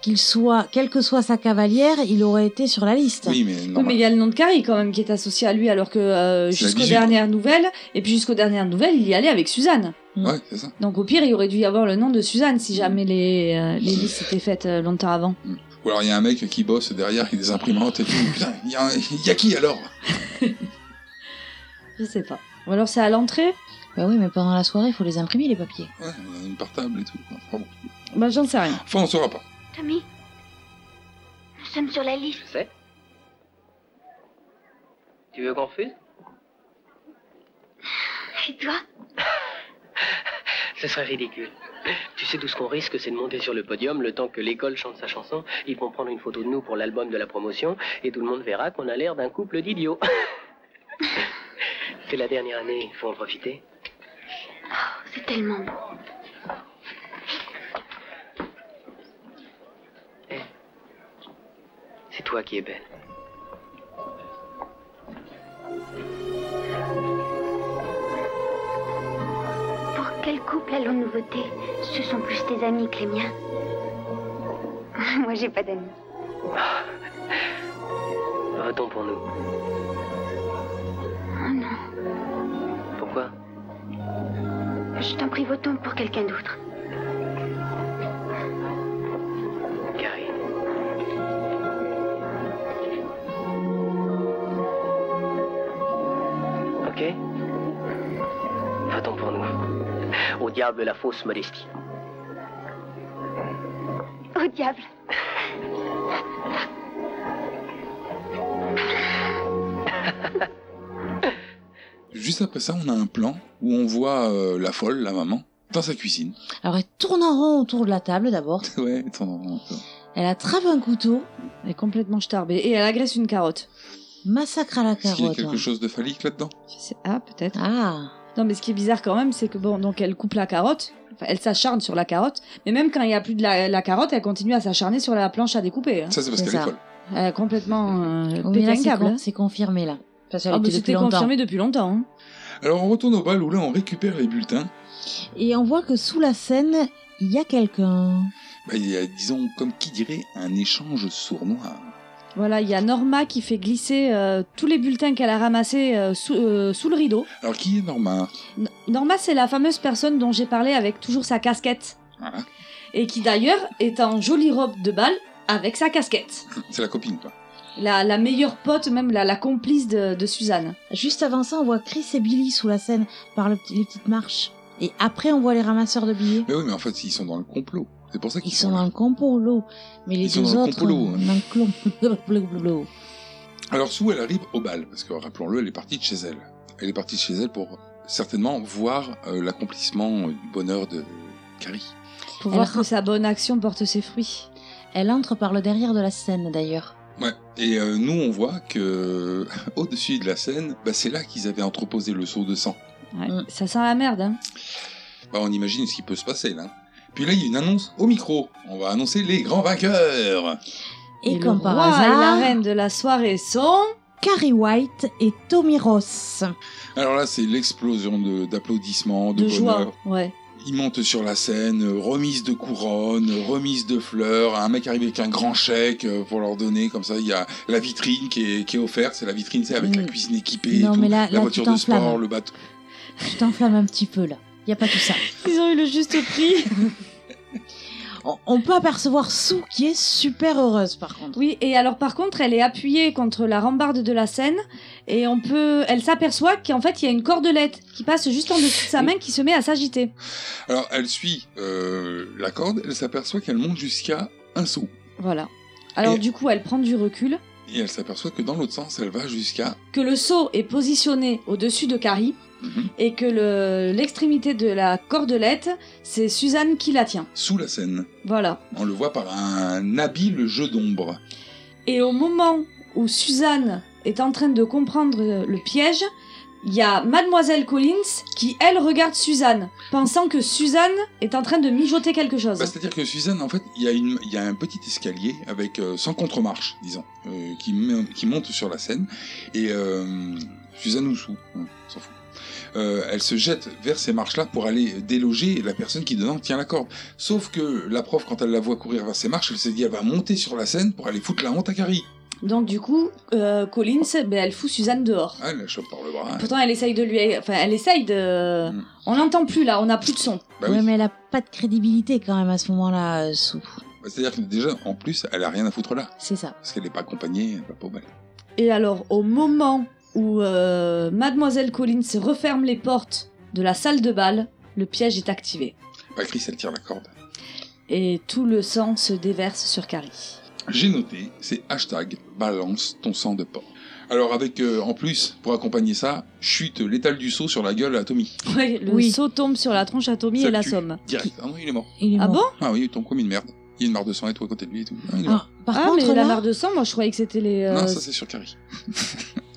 Speaker 7: qu'il soit, quelle que soit sa cavalière, il aurait été sur la liste.
Speaker 5: Oui, mais
Speaker 6: Oui, mais il y a le nom de Carrie quand même qui est associé à lui, alors que euh,
Speaker 7: C'est la
Speaker 6: jusqu'aux
Speaker 7: musique,
Speaker 6: dernières nouvelles, et puis jusqu'aux dernières nouvelles, il y allait avec Suzanne.
Speaker 5: Ouais, c'est ça.
Speaker 6: Donc au pire, il aurait dû y avoir le nom de Suzanne si jamais les, euh, les listes étaient faites euh, longtemps avant.
Speaker 5: Ou alors il y a un mec qui bosse derrière, qui a des imprimantes et tout. Putain, il y, a- il y a qui alors
Speaker 6: Je sais pas. Ou alors c'est à l'entrée
Speaker 7: Bah oui, mais pendant la soirée, il faut les imprimer, les papiers.
Speaker 5: Ouais, il y a une partable et tout. quoi. Enfin, bon.
Speaker 6: Bah, j'en sais rien.
Speaker 5: Enfin, on saura pas.
Speaker 8: Tommy, nous sommes sur la liste.
Speaker 11: Je sais. Tu veux qu'on refuse
Speaker 8: Et toi
Speaker 11: Ce serait ridicule. Tu sais tout ce qu'on risque, c'est de monter sur le podium le temps que l'école chante sa chanson. Ils vont prendre une photo de nous pour l'album de la promotion et tout le monde verra qu'on a l'air d'un couple d'idiots. [LAUGHS] c'est la dernière année, faut en profiter.
Speaker 8: C'est tellement beau.
Speaker 11: Eh, C'est toi qui es belle.
Speaker 8: Pour quel couple allons-nous voter Ce sont plus tes amis que les miens. Moi, j'ai pas d'amis.
Speaker 11: Votons pour nous.
Speaker 8: Oh non.
Speaker 11: Pourquoi
Speaker 8: Je t'en prie, votons pour quelqu'un d'autre.
Speaker 11: Carrie. Ok Votons pour nous. Au diable la fausse modestie.
Speaker 8: Au diable.
Speaker 5: Juste après ça, on a un plan où on voit euh, la folle, la maman, dans sa cuisine. [LAUGHS]
Speaker 7: Alors, elle tourne en rond autour de la table, d'abord.
Speaker 5: ouais, attends, attends.
Speaker 7: Elle attrape un couteau.
Speaker 6: Elle est complètement starbée. Et elle agresse une carotte.
Speaker 7: Massacre à la
Speaker 5: Est-ce qu'il y a
Speaker 7: carotte.
Speaker 5: quelque chose de phallique là-dedans
Speaker 6: C'est- Ah, peut-être.
Speaker 7: Ah.
Speaker 6: Non, mais ce qui est bizarre quand même, c'est que bon, donc elle coupe la carotte, enfin, elle s'acharne sur la carotte, mais même quand il n'y a plus de la, la carotte, elle continue à s'acharner sur la planche à découper. hein.
Speaker 5: Ça, c'est parce qu'elle est folle.
Speaker 6: Elle a complètement euh,
Speaker 7: Oui, mais
Speaker 6: pété
Speaker 7: là,
Speaker 6: un
Speaker 7: c'est
Speaker 6: câble.
Speaker 7: con-
Speaker 6: hein.
Speaker 7: C'est confirmé, là. Parce qu'elle
Speaker 6: Ah,
Speaker 7: était
Speaker 6: mais
Speaker 7: depuis
Speaker 6: C'était
Speaker 7: longtemps.
Speaker 6: confirmé depuis longtemps. hein.
Speaker 5: Alors, on retourne au bal où là, on récupère les bulletins.
Speaker 7: Et on voit que sous la scène, il y a quelqu'un.
Speaker 5: Bah, il y a, disons, comme qui dirait, un échange sournois.
Speaker 6: Voilà, il y a Norma qui fait glisser euh, tous les bulletins qu'elle a ramassés euh, sous, euh, sous le rideau.
Speaker 5: Alors, qui est Norma
Speaker 6: N- Norma, c'est la fameuse personne dont j'ai parlé avec toujours sa casquette.
Speaker 5: Voilà.
Speaker 6: Et qui d'ailleurs est en jolie robe de bal avec sa casquette.
Speaker 5: C'est la copine, quoi.
Speaker 6: La, la meilleure pote, même la, la complice de, de Suzanne.
Speaker 7: Juste avant ça, on voit Chris et Billy sous la scène par le petit- les petites marches. Et après, on voit les ramasseurs de billets.
Speaker 5: Mais oui, mais en fait, ils sont dans le complot. C'est pour ça qu'ils
Speaker 7: Ils sont dans le complot, mais les
Speaker 5: Ils sont
Speaker 7: deux
Speaker 5: dans le
Speaker 7: autres.
Speaker 5: complot, hein.
Speaker 7: dans le complot,
Speaker 6: [LAUGHS]
Speaker 7: blablabla.
Speaker 5: Alors Sue, elle arrive au bal, parce que rappelons-le, elle est partie de chez elle. Elle est partie de chez elle pour certainement voir euh, l'accomplissement euh, du bonheur de, Carrie.
Speaker 6: Pour
Speaker 7: Elle
Speaker 6: voir
Speaker 7: ra-
Speaker 6: que sa bonne action porte ses fruits.
Speaker 7: Elle entre par le derrière de la scène d'ailleurs.
Speaker 5: Ouais. Et euh, nous, on voit que [LAUGHS] au-dessus de la scène, bah, c'est là qu'ils avaient entreposé le seau de sang. Mm.
Speaker 6: Ouais. Ça sent la merde, hein.
Speaker 5: Bah, on imagine ce qui peut se passer là. Puis là, il y a une annonce au micro. On va annoncer les grands vainqueurs.
Speaker 7: Et,
Speaker 6: le
Speaker 7: comme par
Speaker 6: roi
Speaker 7: hasard,
Speaker 6: et la reine de la soirée sont...
Speaker 7: Carrie White et Tommy Ross.
Speaker 5: Alors là, c'est l'explosion de- d'applaudissements, de,
Speaker 6: De joie,
Speaker 5: bonheur.
Speaker 6: ouais.
Speaker 5: Ils montent sur la scène, euh, remise de couronne, euh, remise de fleurs, un mec arrive avec un grand chèque euh, pour leur donner, comme ça il y a la vitrine qui est, qui est offerte, c'est la vitrine c'est avec la cuisine équipée, et
Speaker 7: Mm. Non,
Speaker 5: tout,
Speaker 7: mais là-
Speaker 5: la
Speaker 7: là,
Speaker 5: voiture
Speaker 7: tu
Speaker 5: de sport,
Speaker 7: t'enflammes.
Speaker 5: le bateau.
Speaker 7: Tu t'enflammes un petit peu là. Il y a pas tout
Speaker 6: [LAUGHS]
Speaker 7: ça.
Speaker 6: Ils ont eu le juste prix.
Speaker 7: On- On peut apercevoir Sue qui est super heureuse par contre.
Speaker 6: [LAUGHS] Oui, et alors par contre, elle est appuyée contre la rambarde de la scène et on peut, elle s'aperçoit qu'en fait, il y a une cordelette qui passe juste en dessous de sa main qui se met à s'agiter.
Speaker 5: Alors elle suit euh, la corde, elle s'aperçoit qu'elle monte jusqu'à un saut,
Speaker 6: Voilà. Alors
Speaker 5: Et-
Speaker 6: du coup, elle prend du recul,
Speaker 5: et elle s'aperçoit que dans l'autre sens elle va jusqu'à...
Speaker 6: que le seau est positionné au-dessus de Carrie
Speaker 5: Mhm.
Speaker 6: et que le- l'extrémité de la cordelette, c'est Suzanne qui la tient.
Speaker 5: sous la scène.
Speaker 6: Voilà.
Speaker 5: On le voit par un habile jeu d'ombre.
Speaker 6: Et au moment où Suzanne est en train de comprendre euh, le piège, il y a Mademoiselle Collins qui, elle, regarde Suzanne, pensant que Suzanne est en train de mijoter quelque chose.
Speaker 5: Bah, C'est-à-dire que Suzanne, en fait, il y, a une- il y a un petit escalier avec euh, sans contre-marche, disons, euh, qui, m- qui monte sur la scène. Et euh, Suzanne ou Sou, hein, on s'en fout. Euh, elle se jette vers ces marches-là pour aller déloger la personne qui dedans tient la corde. Sauf que la prof, quand elle la voit courir vers ces marches, elle s'est dit elle va monter sur la scène pour aller foutre la honte à Carrie.
Speaker 6: Donc, du coup, euh, Collins, ben, elle fout Suzanne dehors.
Speaker 5: Ah, elle la chope par le bras.
Speaker 6: Pourtant, elle essaye de lui. Enfin, elle essaye de. On l'entend plus là, on n'a plus de son.
Speaker 5: Bah
Speaker 7: ouais,
Speaker 5: oui.
Speaker 7: mais elle a pas de crédibilité quand même à ce moment-là, euh, Sue.
Speaker 5: Bah, C'est-à-dire que déjà, en plus, elle a rien à foutre là.
Speaker 7: C'est ça.
Speaker 5: Parce qu'elle n'est pas accompagnée, elle va pas au bal.
Speaker 6: Et alors, au moment où euh, Mademoiselle Collins referme les portes de la salle de bal, le piège est activé.
Speaker 5: Bah, Chris, elle tire la corde.
Speaker 6: Et tout le sang se déverse sur Carrie.
Speaker 5: J'ai noté, c'est hashtag balance ton sang de porc. Alors avec, euh, en plus, pour accompagner ça, chute létale du seau sur la gueule à Tommy.
Speaker 6: Ouais, le seau tombe sur la tronche à Tommy
Speaker 5: Ça
Speaker 6: et la
Speaker 5: tue.
Speaker 6: somme.
Speaker 5: Direct. Ah non, il est mort.
Speaker 6: Il est Ah mort. bon
Speaker 5: Ah oui, il tombe comme une merde. Il y a une mare de sang et tout à côté de lui et tout. Ah, il est
Speaker 6: Ah,
Speaker 5: mort.
Speaker 7: par
Speaker 6: contre, mais
Speaker 7: là-
Speaker 6: la mare de sang, moi je croyais que c'était les. euh,
Speaker 5: Non, ça c'est sur Carrie.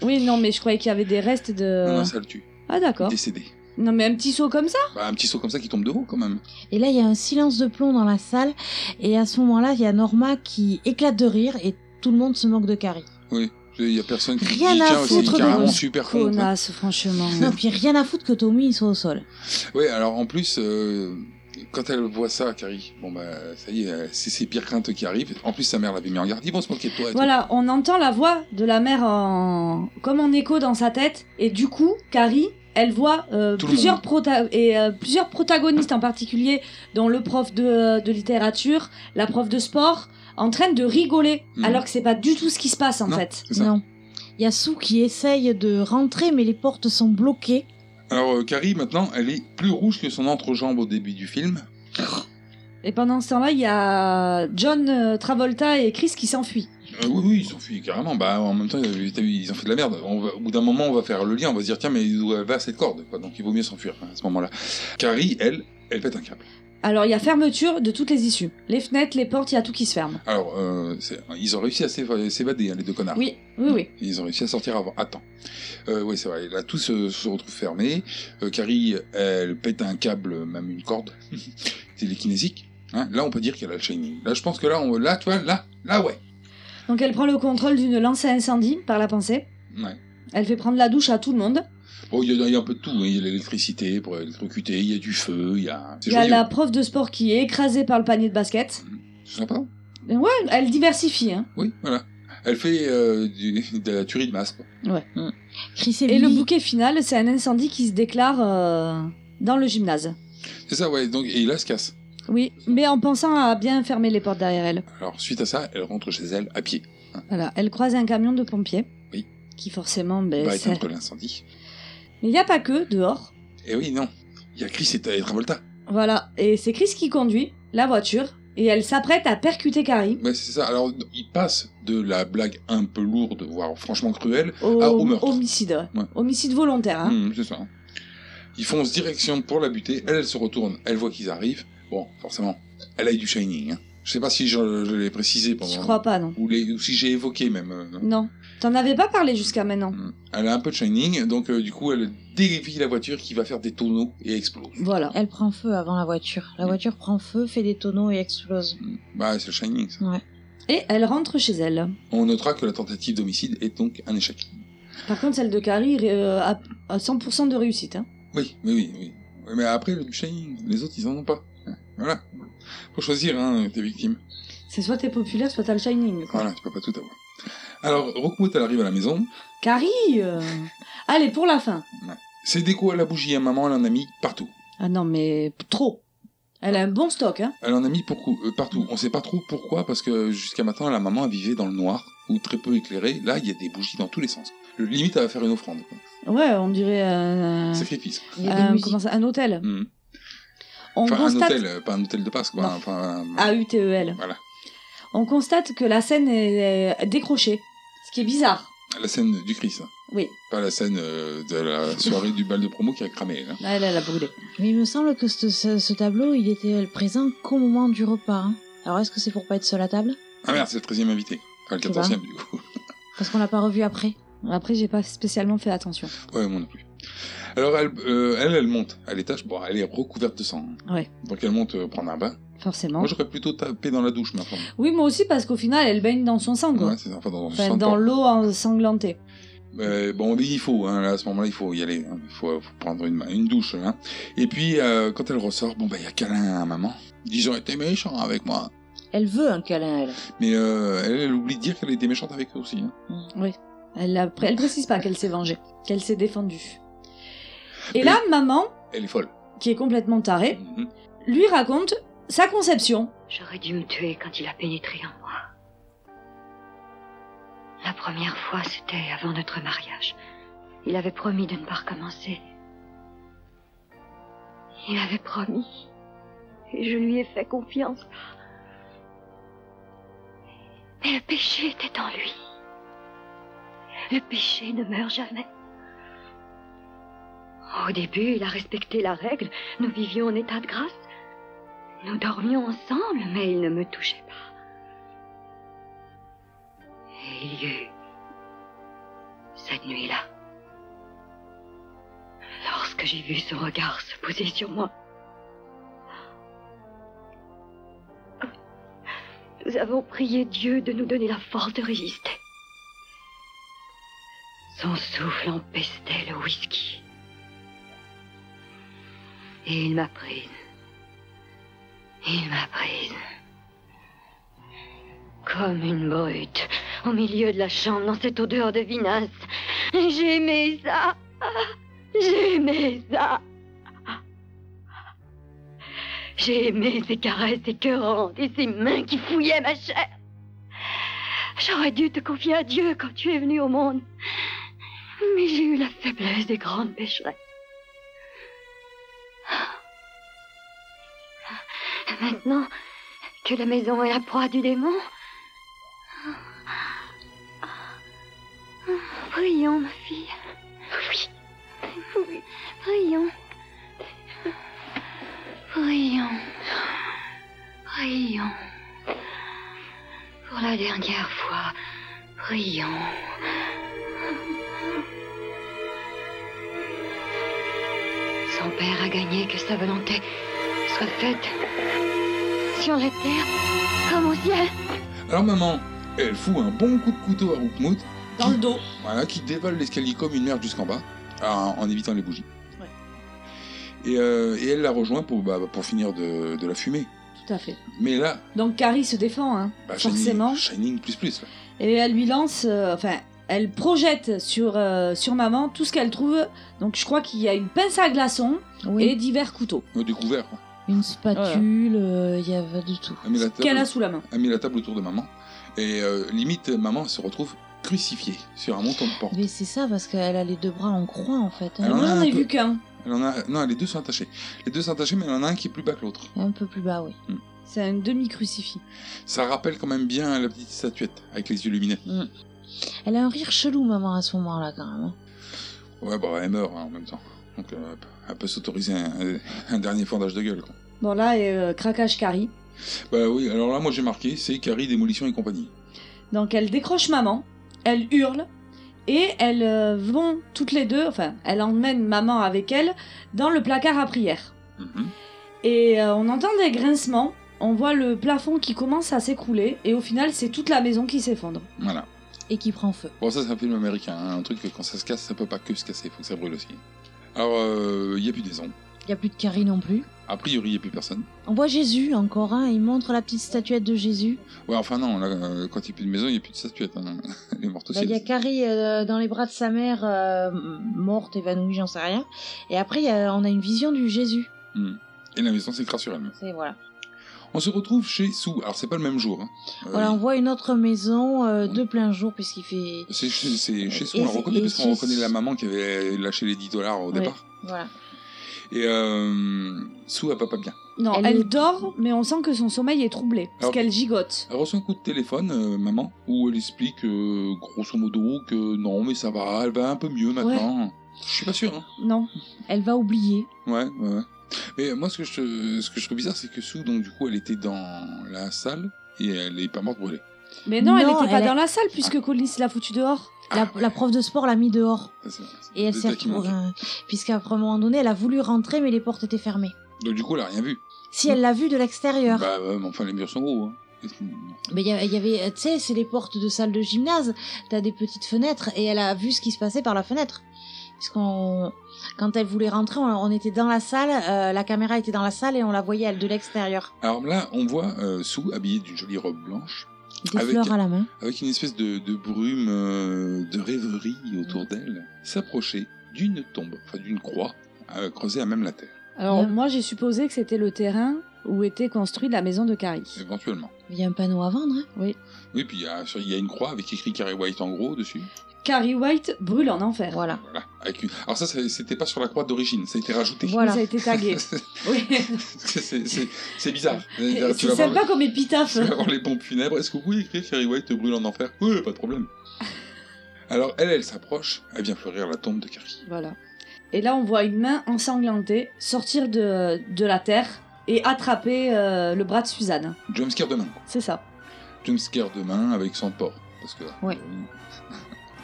Speaker 6: Oui, non, mais je croyais qu'il y avait des restes de.
Speaker 5: Non, non, ça le tue.
Speaker 6: Ah d'accord.
Speaker 5: Décédé.
Speaker 6: Non, mais un petit saut comme ça
Speaker 5: Bah, un petit saut comme ça qui tombe de haut quand même.
Speaker 7: Et là, il y a un silence de plomb dans la salle. Et à ce moment-là, il y a Norma qui éclate de rire et tout le monde se moque de Carrie.
Speaker 5: Oui, il y a personne qui
Speaker 7: Rien
Speaker 5: dit
Speaker 7: à
Speaker 5: tiens, c'est
Speaker 7: foutre de
Speaker 5: carrément
Speaker 7: vos
Speaker 5: super con. quoi.
Speaker 6: connasses, franchement.
Speaker 7: Non, [LAUGHS] puis rien à foutre que Tommy il soit au sol.
Speaker 5: Ouais, alors en plus, euh, quand elle voit ça, Carrie, bon bah ça y est, euh, c'est ses pires craintes qui arrivent. En plus, sa mère l'avait mis en garde. Ils vont se moquer de toi. et tout.
Speaker 6: Voilà, on entend la voix de la mère en... comme en écho dans sa tête, et du coup, Carrie, elle voit euh,
Speaker 5: Tout le
Speaker 6: plusieurs,
Speaker 5: monde.
Speaker 6: prota- et, euh, plusieurs protagonistes en particulier, dont le prof de, de littérature, la prof de sport, en train de rigoler,
Speaker 5: Hmm.
Speaker 7: Mhm.
Speaker 6: alors que c'est pas du tout ce qui se passe en fait.
Speaker 7: Non. Il y a Sue qui essaye de rentrer, mais les portes sont bloquées.
Speaker 5: Alors euh, Carrie maintenant, elle est plus rouge que son entrejambe au début du film.
Speaker 6: Et pendant ce temps-là, il y a John euh, Travolta et Chris qui s'enfuient.
Speaker 5: Euh, oui, oui, ils s'enfuient carrément. Bah en même temps, euh, t'as vu, ils ont fait de la merde. On va- au bout d'un moment, on va faire le lien, on va se dire tiens mais où elle va cette corde quoi. Donc il vaut mieux s'enfuir hein, à ce moment-là. Carrie, elle, elle pète un câble.
Speaker 6: Alors il y a fermeture de toutes les issues. Les fenêtres, les portes, il y a tout qui se ferme.
Speaker 5: Alors euh, c'est- ils ont réussi à s'éva- s'évader hein, les deux connards.
Speaker 6: Oui, oui, oui.
Speaker 5: Ils ont réussi à sortir avant. Attends. Euh, oui, c'est vrai. Là, tous se, se retrouvent fermés. Euh, Carrie, elle pète un câble, même une corde [LAUGHS] télékinésique. Hein, là, on peut dire qu'elle a le shining. Là, je pense que là, on, là, tu vois, là, là, ouais.
Speaker 6: Donc elle prend le contrôle d'une lance à incendie par la pensée.
Speaker 5: Ouais.
Speaker 6: Elle fait prendre la douche à tout le monde.
Speaker 5: Bon, il y, a- il y a un peu de tout. hein. Il y a l'électricité pour électrocuter, il y a du feu, il y a. C'est
Speaker 6: Il y a
Speaker 5: joyeux.
Speaker 6: la prof de sport qui est écrasée par le panier de basket.
Speaker 5: C'est sympa.
Speaker 6: Et ouais, elle diversifie. Hein.
Speaker 5: Oui, voilà. Elle fait euh, du- [LAUGHS] de la tuerie de masse. quoi.
Speaker 6: Ouais.
Speaker 7: Chris
Speaker 6: Et le bouquet final, c'est un incendie qui se déclare euh, dans le gymnase.
Speaker 5: C'est ça, ouais. Donc, et là, elle se casse.
Speaker 6: Oui, mais en pensant à bien fermer les portes derrière elle.
Speaker 5: Alors, suite à ça, elle rentre chez elle à pied.
Speaker 6: Voilà, elle croise un camion de pompiers.
Speaker 5: Oui.
Speaker 6: Qui forcément, ben,
Speaker 5: Bah,
Speaker 6: c'est-
Speaker 5: éteindre l'incendie.
Speaker 6: Mais il n'y a pas que dehors.
Speaker 5: Et oui, non. Il y a Chris et et Travolta.
Speaker 6: Voilà, et c'est Chris qui conduit la voiture et elle s'apprête à percuter Carrie.
Speaker 5: Ouais, c'est ça. Alors, il passe de la blague un peu lourde, voire franchement cruelle, Mmh,
Speaker 6: Au,
Speaker 5: à Ah, au meurtre.
Speaker 6: homicide. ouais.
Speaker 5: Ouais.
Speaker 6: Homicide volontaire. Hein.
Speaker 5: Mhm, c'est ça. Ils foncent direction pour la buter. Elle, elle se retourne. Elle voit qu'ils arrivent. Bon, forcément, elle a eu du Shining. Hein. Je sais pas si je, je l'ai précisé pendant.
Speaker 6: Je crois pas, non.
Speaker 5: Ou, les- ou si j'ai évoqué même. euh, Hmm.
Speaker 6: Non. T'en avais pas parlé jusqu'à maintenant.
Speaker 5: Elle a un peu de Shining, donc euh, du coup, elle dévie la voiture qui va faire des tonneaux et explose.
Speaker 6: Voilà.
Speaker 7: Elle prend feu avant la voiture. La voiture prend feu, fait des tonneaux et explose.
Speaker 5: Bah, c'est le Shining, ça.
Speaker 6: Et elle rentre chez elle.
Speaker 5: On notera que la tentative d'homicide est donc un échec.
Speaker 6: Par contre, celle de Carrie euh, a a 100% de réussite. Hein.
Speaker 5: Oui, oui, oui, oui. Ouais, Mais après, le Shining, les autres, ils en ont pas. Voilà. Faut choisir, hein, tes victimes.
Speaker 6: C'est soit t'es populaire, soit t'as le Shining. quoi.
Speaker 5: Voilà, tu peux pas tout avoir. Alors, Rookwood, elle arrive à la maison.
Speaker 6: Carrie euh, Allez, pour la fin.
Speaker 5: C'est déco à la bougie, à maman, elle en a mis partout.
Speaker 6: Ah non, mais p- trop. Elle a un bon stock, hein.
Speaker 5: Elle en a mis pour- euh, partout. On sait pas trop pourquoi, parce que jusqu'à maintenant, la maman, elle vivait dans le noir, ou très peu éclairé. Là, il y a des bougies dans tous les sens. Le limite, elle va faire une offrande. quoi.
Speaker 6: Ouais, on dirait un,
Speaker 5: Sacrifice.
Speaker 6: un- comment ça, un hôtel.
Speaker 5: Mhm.
Speaker 6: On
Speaker 5: Enfin,
Speaker 6: constate Ah
Speaker 5: un hôtel, euh, pas un hôtel de passe, quoi. Enfin, un-
Speaker 6: AUTEL.
Speaker 5: Voilà.
Speaker 6: On constate que la scène est est décrochée, ce qui est bizarre.
Speaker 5: La scène du Christ.
Speaker 6: Oui,
Speaker 5: Pas la scène euh, de
Speaker 6: [LAUGHS]
Speaker 5: la soirée du bal de promo qui a cramé. hein.
Speaker 6: Ah, elle, elle a brûlé.
Speaker 7: Mais il me semble que ce, ce- ce tableau, il était euh, présent qu'au moment du repas. hein. Alors est-ce que c'est pour pas être seul à table
Speaker 5: Ah merde, c'est le 13e invité. Enfin, le
Speaker 7: Tu vois.
Speaker 5: 14e, du coup. [LAUGHS]
Speaker 7: Parce qu'on l'a pas revu après.
Speaker 6: Après, j'ai pas spécialement fait attention.
Speaker 5: Ouais, moi non plus. Alors, elle, euh, elle, elle monte à l'étage. Bon, elle est recouverte de sang. hein.
Speaker 6: Ouais,
Speaker 5: Donc, elle monte euh, prendre un bain.
Speaker 6: forcément.
Speaker 5: Moi, j'aurais plutôt tapé dans la douche, maintenant.
Speaker 6: Oui, moi aussi, parce qu'au final, elle baigne dans son sang, quoi.
Speaker 5: Ouais, c'est ça. Enfin, dans,
Speaker 6: Enfin,
Speaker 5: son
Speaker 6: dans
Speaker 5: temps.
Speaker 6: l'eau ensanglantée.
Speaker 5: Euh, bon, on dit il faut, hein, là, à ce moment-là, il faut y aller. hein. Il faut, faut prendre une, une douche. Hein. Et puis, euh, quand elle ressort, bon, bah, il y a câlin à maman. Ils ont été méchants avec moi.
Speaker 7: Elle veut un câlin, elle.
Speaker 5: Mais euh, elle, elle oublie de dire qu'elle était méchante avec eux aussi. hein.
Speaker 6: Oui. Elle, l'a- elle précise pas qu'elle s'est vengée, qu'elle s'est défendue. Et là, maman,
Speaker 5: Elle est folle.
Speaker 6: qui est complètement tarée, lui raconte sa conception.
Speaker 9: J'aurais dû me tuer quand il a pénétré en moi. La première fois, c'était avant notre mariage. Il avait promis de ne pas recommencer. Il avait promis. Et je lui ai fait confiance.
Speaker 8: Mais le péché était en lui.
Speaker 9: Le péché ne meurt jamais. Au début, il a respecté la règle. Nous vivions en état de grâce. Nous dormions ensemble, mais il ne me touchait pas. Et il y eut cette nuit-là. Lorsque j'ai vu son regard se poser sur moi,
Speaker 8: Nous avons prié Dieu de nous donner la force de résister.
Speaker 9: Son souffle empestait le whisky. Et il m'a prise. Il m'a prise. Comme une brute, au milieu de la chambre, dans cette odeur de vinasse. J'ai aimé ça. J'ai aimé ça. J'ai aimé ses caresses écœurantes et ses mains qui fouillaient ma chair. J'aurais dû te confier à Dieu quand tu es venu au monde. Mais j'ai eu la faiblesse des grandes pécheresses.
Speaker 8: Maintenant que la maison est la proie du démon. Prions, ma fille. Oui. Prions.
Speaker 9: Prions. Prions. Pour la dernière fois, prions. Son père a gagné que sa volonté soit faite sur la terre comme au ciel.
Speaker 5: Alors maman, elle fout un bon coup de couteau à Rookmout.
Speaker 6: Dans le dos.
Speaker 5: Voilà, qui dévale l'escalier comme une merde jusqu'en bas, en, en évitant les bougies. Et, euh, et elle la rejoint pour, bah, pour finir de, de la fumer.
Speaker 6: Tout à fait.
Speaker 5: Mais là,
Speaker 6: Donc Carrie se défend, hein,
Speaker 5: bah,
Speaker 6: forcément.
Speaker 5: Shining, Shining plus plus. là.
Speaker 6: Et elle lui lance, euh, enfin, elle projette sur, euh, sur maman tout ce qu'elle trouve. Donc je crois qu'il y a une pince à glaçons et divers couteaux
Speaker 5: Au découvert. quoi.
Speaker 7: Une spatule, euh, il y avait de tout.
Speaker 5: Elle met la table-
Speaker 6: qu'elle a sous la main.
Speaker 5: Elle met la table autour de maman. Et euh, limite, maman se retrouve crucifiée sur un montant de porte.
Speaker 7: Mais c'est ça, parce qu'elle a les deux bras en croix, en fait. hein.
Speaker 5: Elle en a un peu.
Speaker 6: qu'un.
Speaker 5: Elle en a... Non, les deux sont attachés. Les deux sont attachés, mais elle en a un qui est plus bas que l'autre.
Speaker 7: Un peu plus bas, oui.
Speaker 6: C'est un demi-crucifix.
Speaker 5: Ça rappelle quand même bien la petite statuette avec les yeux lumineux.
Speaker 7: Mm. Elle a un rire chelou, maman, à ce moment-là, quand même. hein.
Speaker 5: Ouais, bah elle meurt hein, en même temps. Donc euh, elle peut s'autoriser un, un dernier fendage de gueule. Quoi.
Speaker 6: Bon, là, et, euh, craquage Carrie.
Speaker 5: Bah oui, alors là, moi j'ai marqué, c'est Carrie, Démolition et compagnie.
Speaker 6: Donc elle décroche maman, elle hurle, et elles euh, vont toutes les deux, enfin, elle emmène maman avec elle dans le placard à prière. Et euh, on entend des grincements, on voit le plafond qui commence à s'écrouler, et au final, c'est toute la maison qui s'effondre.
Speaker 5: Voilà.
Speaker 7: Et qui prend feu.
Speaker 5: Bon, ça, c'est un film américain. hein, Un truc que quand ça se casse, ça peut pas que se casser, faut que ça brûle aussi. Alors, euh, il n'y a plus des ans.
Speaker 7: Il n'y a plus de Carrie non plus.
Speaker 5: A priori, il n'y a plus personne.
Speaker 7: On voit Jésus encore, hein, il montre la petite statuette de Jésus.
Speaker 5: Ouais, enfin, non, là, euh, quand il n'y a plus de maison, il n'y a plus de statuette. Hein. [LAUGHS] Elle est morte
Speaker 7: Bah,
Speaker 5: aussi.
Speaker 7: Il y a
Speaker 5: la-
Speaker 7: Carrie euh, dans les bras de sa mère, euh, morte, évanouie, j'en sais rien. Et après, il y a- on a une vision du Jésus.
Speaker 5: Hmm. Et la maison s'écrase sur elle-même.
Speaker 7: C'est voilà.
Speaker 5: On se retrouve chez Sue. Alors, c'est pas le même jour. hein. Euh,
Speaker 7: Voilà, on voit une autre maison euh, de plein jour puisqu'il fait.
Speaker 5: C'est chez, c'est chez Sue,
Speaker 7: Et
Speaker 5: on la
Speaker 7: c'est-
Speaker 5: reconnaît,
Speaker 7: et
Speaker 5: parce qu'on
Speaker 7: chez-
Speaker 5: reconnaît la maman qui avait lâché les 10 dollars au
Speaker 7: Ouais,
Speaker 5: départ.
Speaker 7: Voilà.
Speaker 5: Et euh, Sue, elle va pas bien.
Speaker 6: Non, elle,
Speaker 7: Elle est-
Speaker 6: dort, mais on sent que son sommeil est troublé, parce
Speaker 5: Alors-
Speaker 6: qu'elle gigote.
Speaker 5: Elle reçoit un coup de téléphone, euh, maman, où elle explique, euh, grosso modo, que non, mais ça va, elle va un peu mieux maintenant. Je suis pas sûr, hein.
Speaker 6: Non.
Speaker 7: Elle va oublier.
Speaker 5: Ouais, ouais, ouais. Mais moi, ce que je, ce que je trouve bizarre, c'est que Sue, donc, du coup, elle était dans la salle et elle est pas morte brûlée.
Speaker 6: Mais non, elle
Speaker 7: Non,
Speaker 6: n'était pas
Speaker 7: elle est-
Speaker 6: dans la salle, puisque Collins l'a foutue dehors.
Speaker 5: Ah,
Speaker 7: La, la prof de sport l'a mis dehors.
Speaker 5: Ça, c'est-
Speaker 7: Et elle
Speaker 5: c'est
Speaker 7: s'est
Speaker 5: ça qui manque.
Speaker 7: retrouvée. Puisqu'à un moment donné, elle a voulu rentrer, mais les portes étaient fermées.
Speaker 5: Donc, du coup, elle a rien vu.
Speaker 7: Si elle l'a vu de l'extérieur.
Speaker 5: Bah, ouais, mais enfin, les murs sont gros, hein. Est-ce que-
Speaker 7: Mais il y, a- il y avait, euh, tu sais, c'est les portes de salle de gymnase. T'as des petites fenêtres et elle a vu ce qui se passait par la fenêtre. Puisqu'on, quand elle voulait rentrer, on, on était dans la salle, euh, la caméra était dans la salle et on la voyait elle de l'extérieur.
Speaker 5: Alors là, on voit euh, Sue habillée d'une jolie robe blanche.
Speaker 7: Des fleurs à la main.
Speaker 5: Avec une espèce de, de brume euh, de rêverie autour d'elle, s'approcher d'une tombe, enfin d'une croix, euh, creusée à même la terre,
Speaker 6: Alors, Euh, moi, j'ai supposé que c'était le terrain où était construite la maison de Carrie.
Speaker 5: éventuellement.
Speaker 7: Il y a un panneau à vendre. Hein.
Speaker 6: Oui.
Speaker 5: Oui, puis il y a- sur- il y a une croix avec écrit Carrie White en gros dessus.
Speaker 6: Carrie White brûle en enfer.
Speaker 7: Voilà.
Speaker 5: Voilà. Avec une- Alors ça, ça- c'était pas sur la croix d'origine, ça a été rajouté.
Speaker 6: Ça a été [LAUGHS] tagué. oui.
Speaker 5: [LAUGHS] C'est- c'est c'est- c'est bizarre.
Speaker 6: C'est
Speaker 5: Tu vas voir-
Speaker 6: sympa comme épitaphe.
Speaker 5: tu vas voir les pompes funèbres. Est-ce que vous pouvez écrire Carrie White brûle en enfer Oui, pas de problème. Alors elle, elle s'approche, elle vient fleurir la tombe de Carrie.
Speaker 6: Voilà. Et là, on voit une main ensanglantée sortir de, de la terre et attraper euh, le bras de Suzanne.
Speaker 5: Jumpscare demain.
Speaker 6: C'est ça.
Speaker 5: Jumpscare demain avec son porc. Parce que euh,
Speaker 6: Ouais.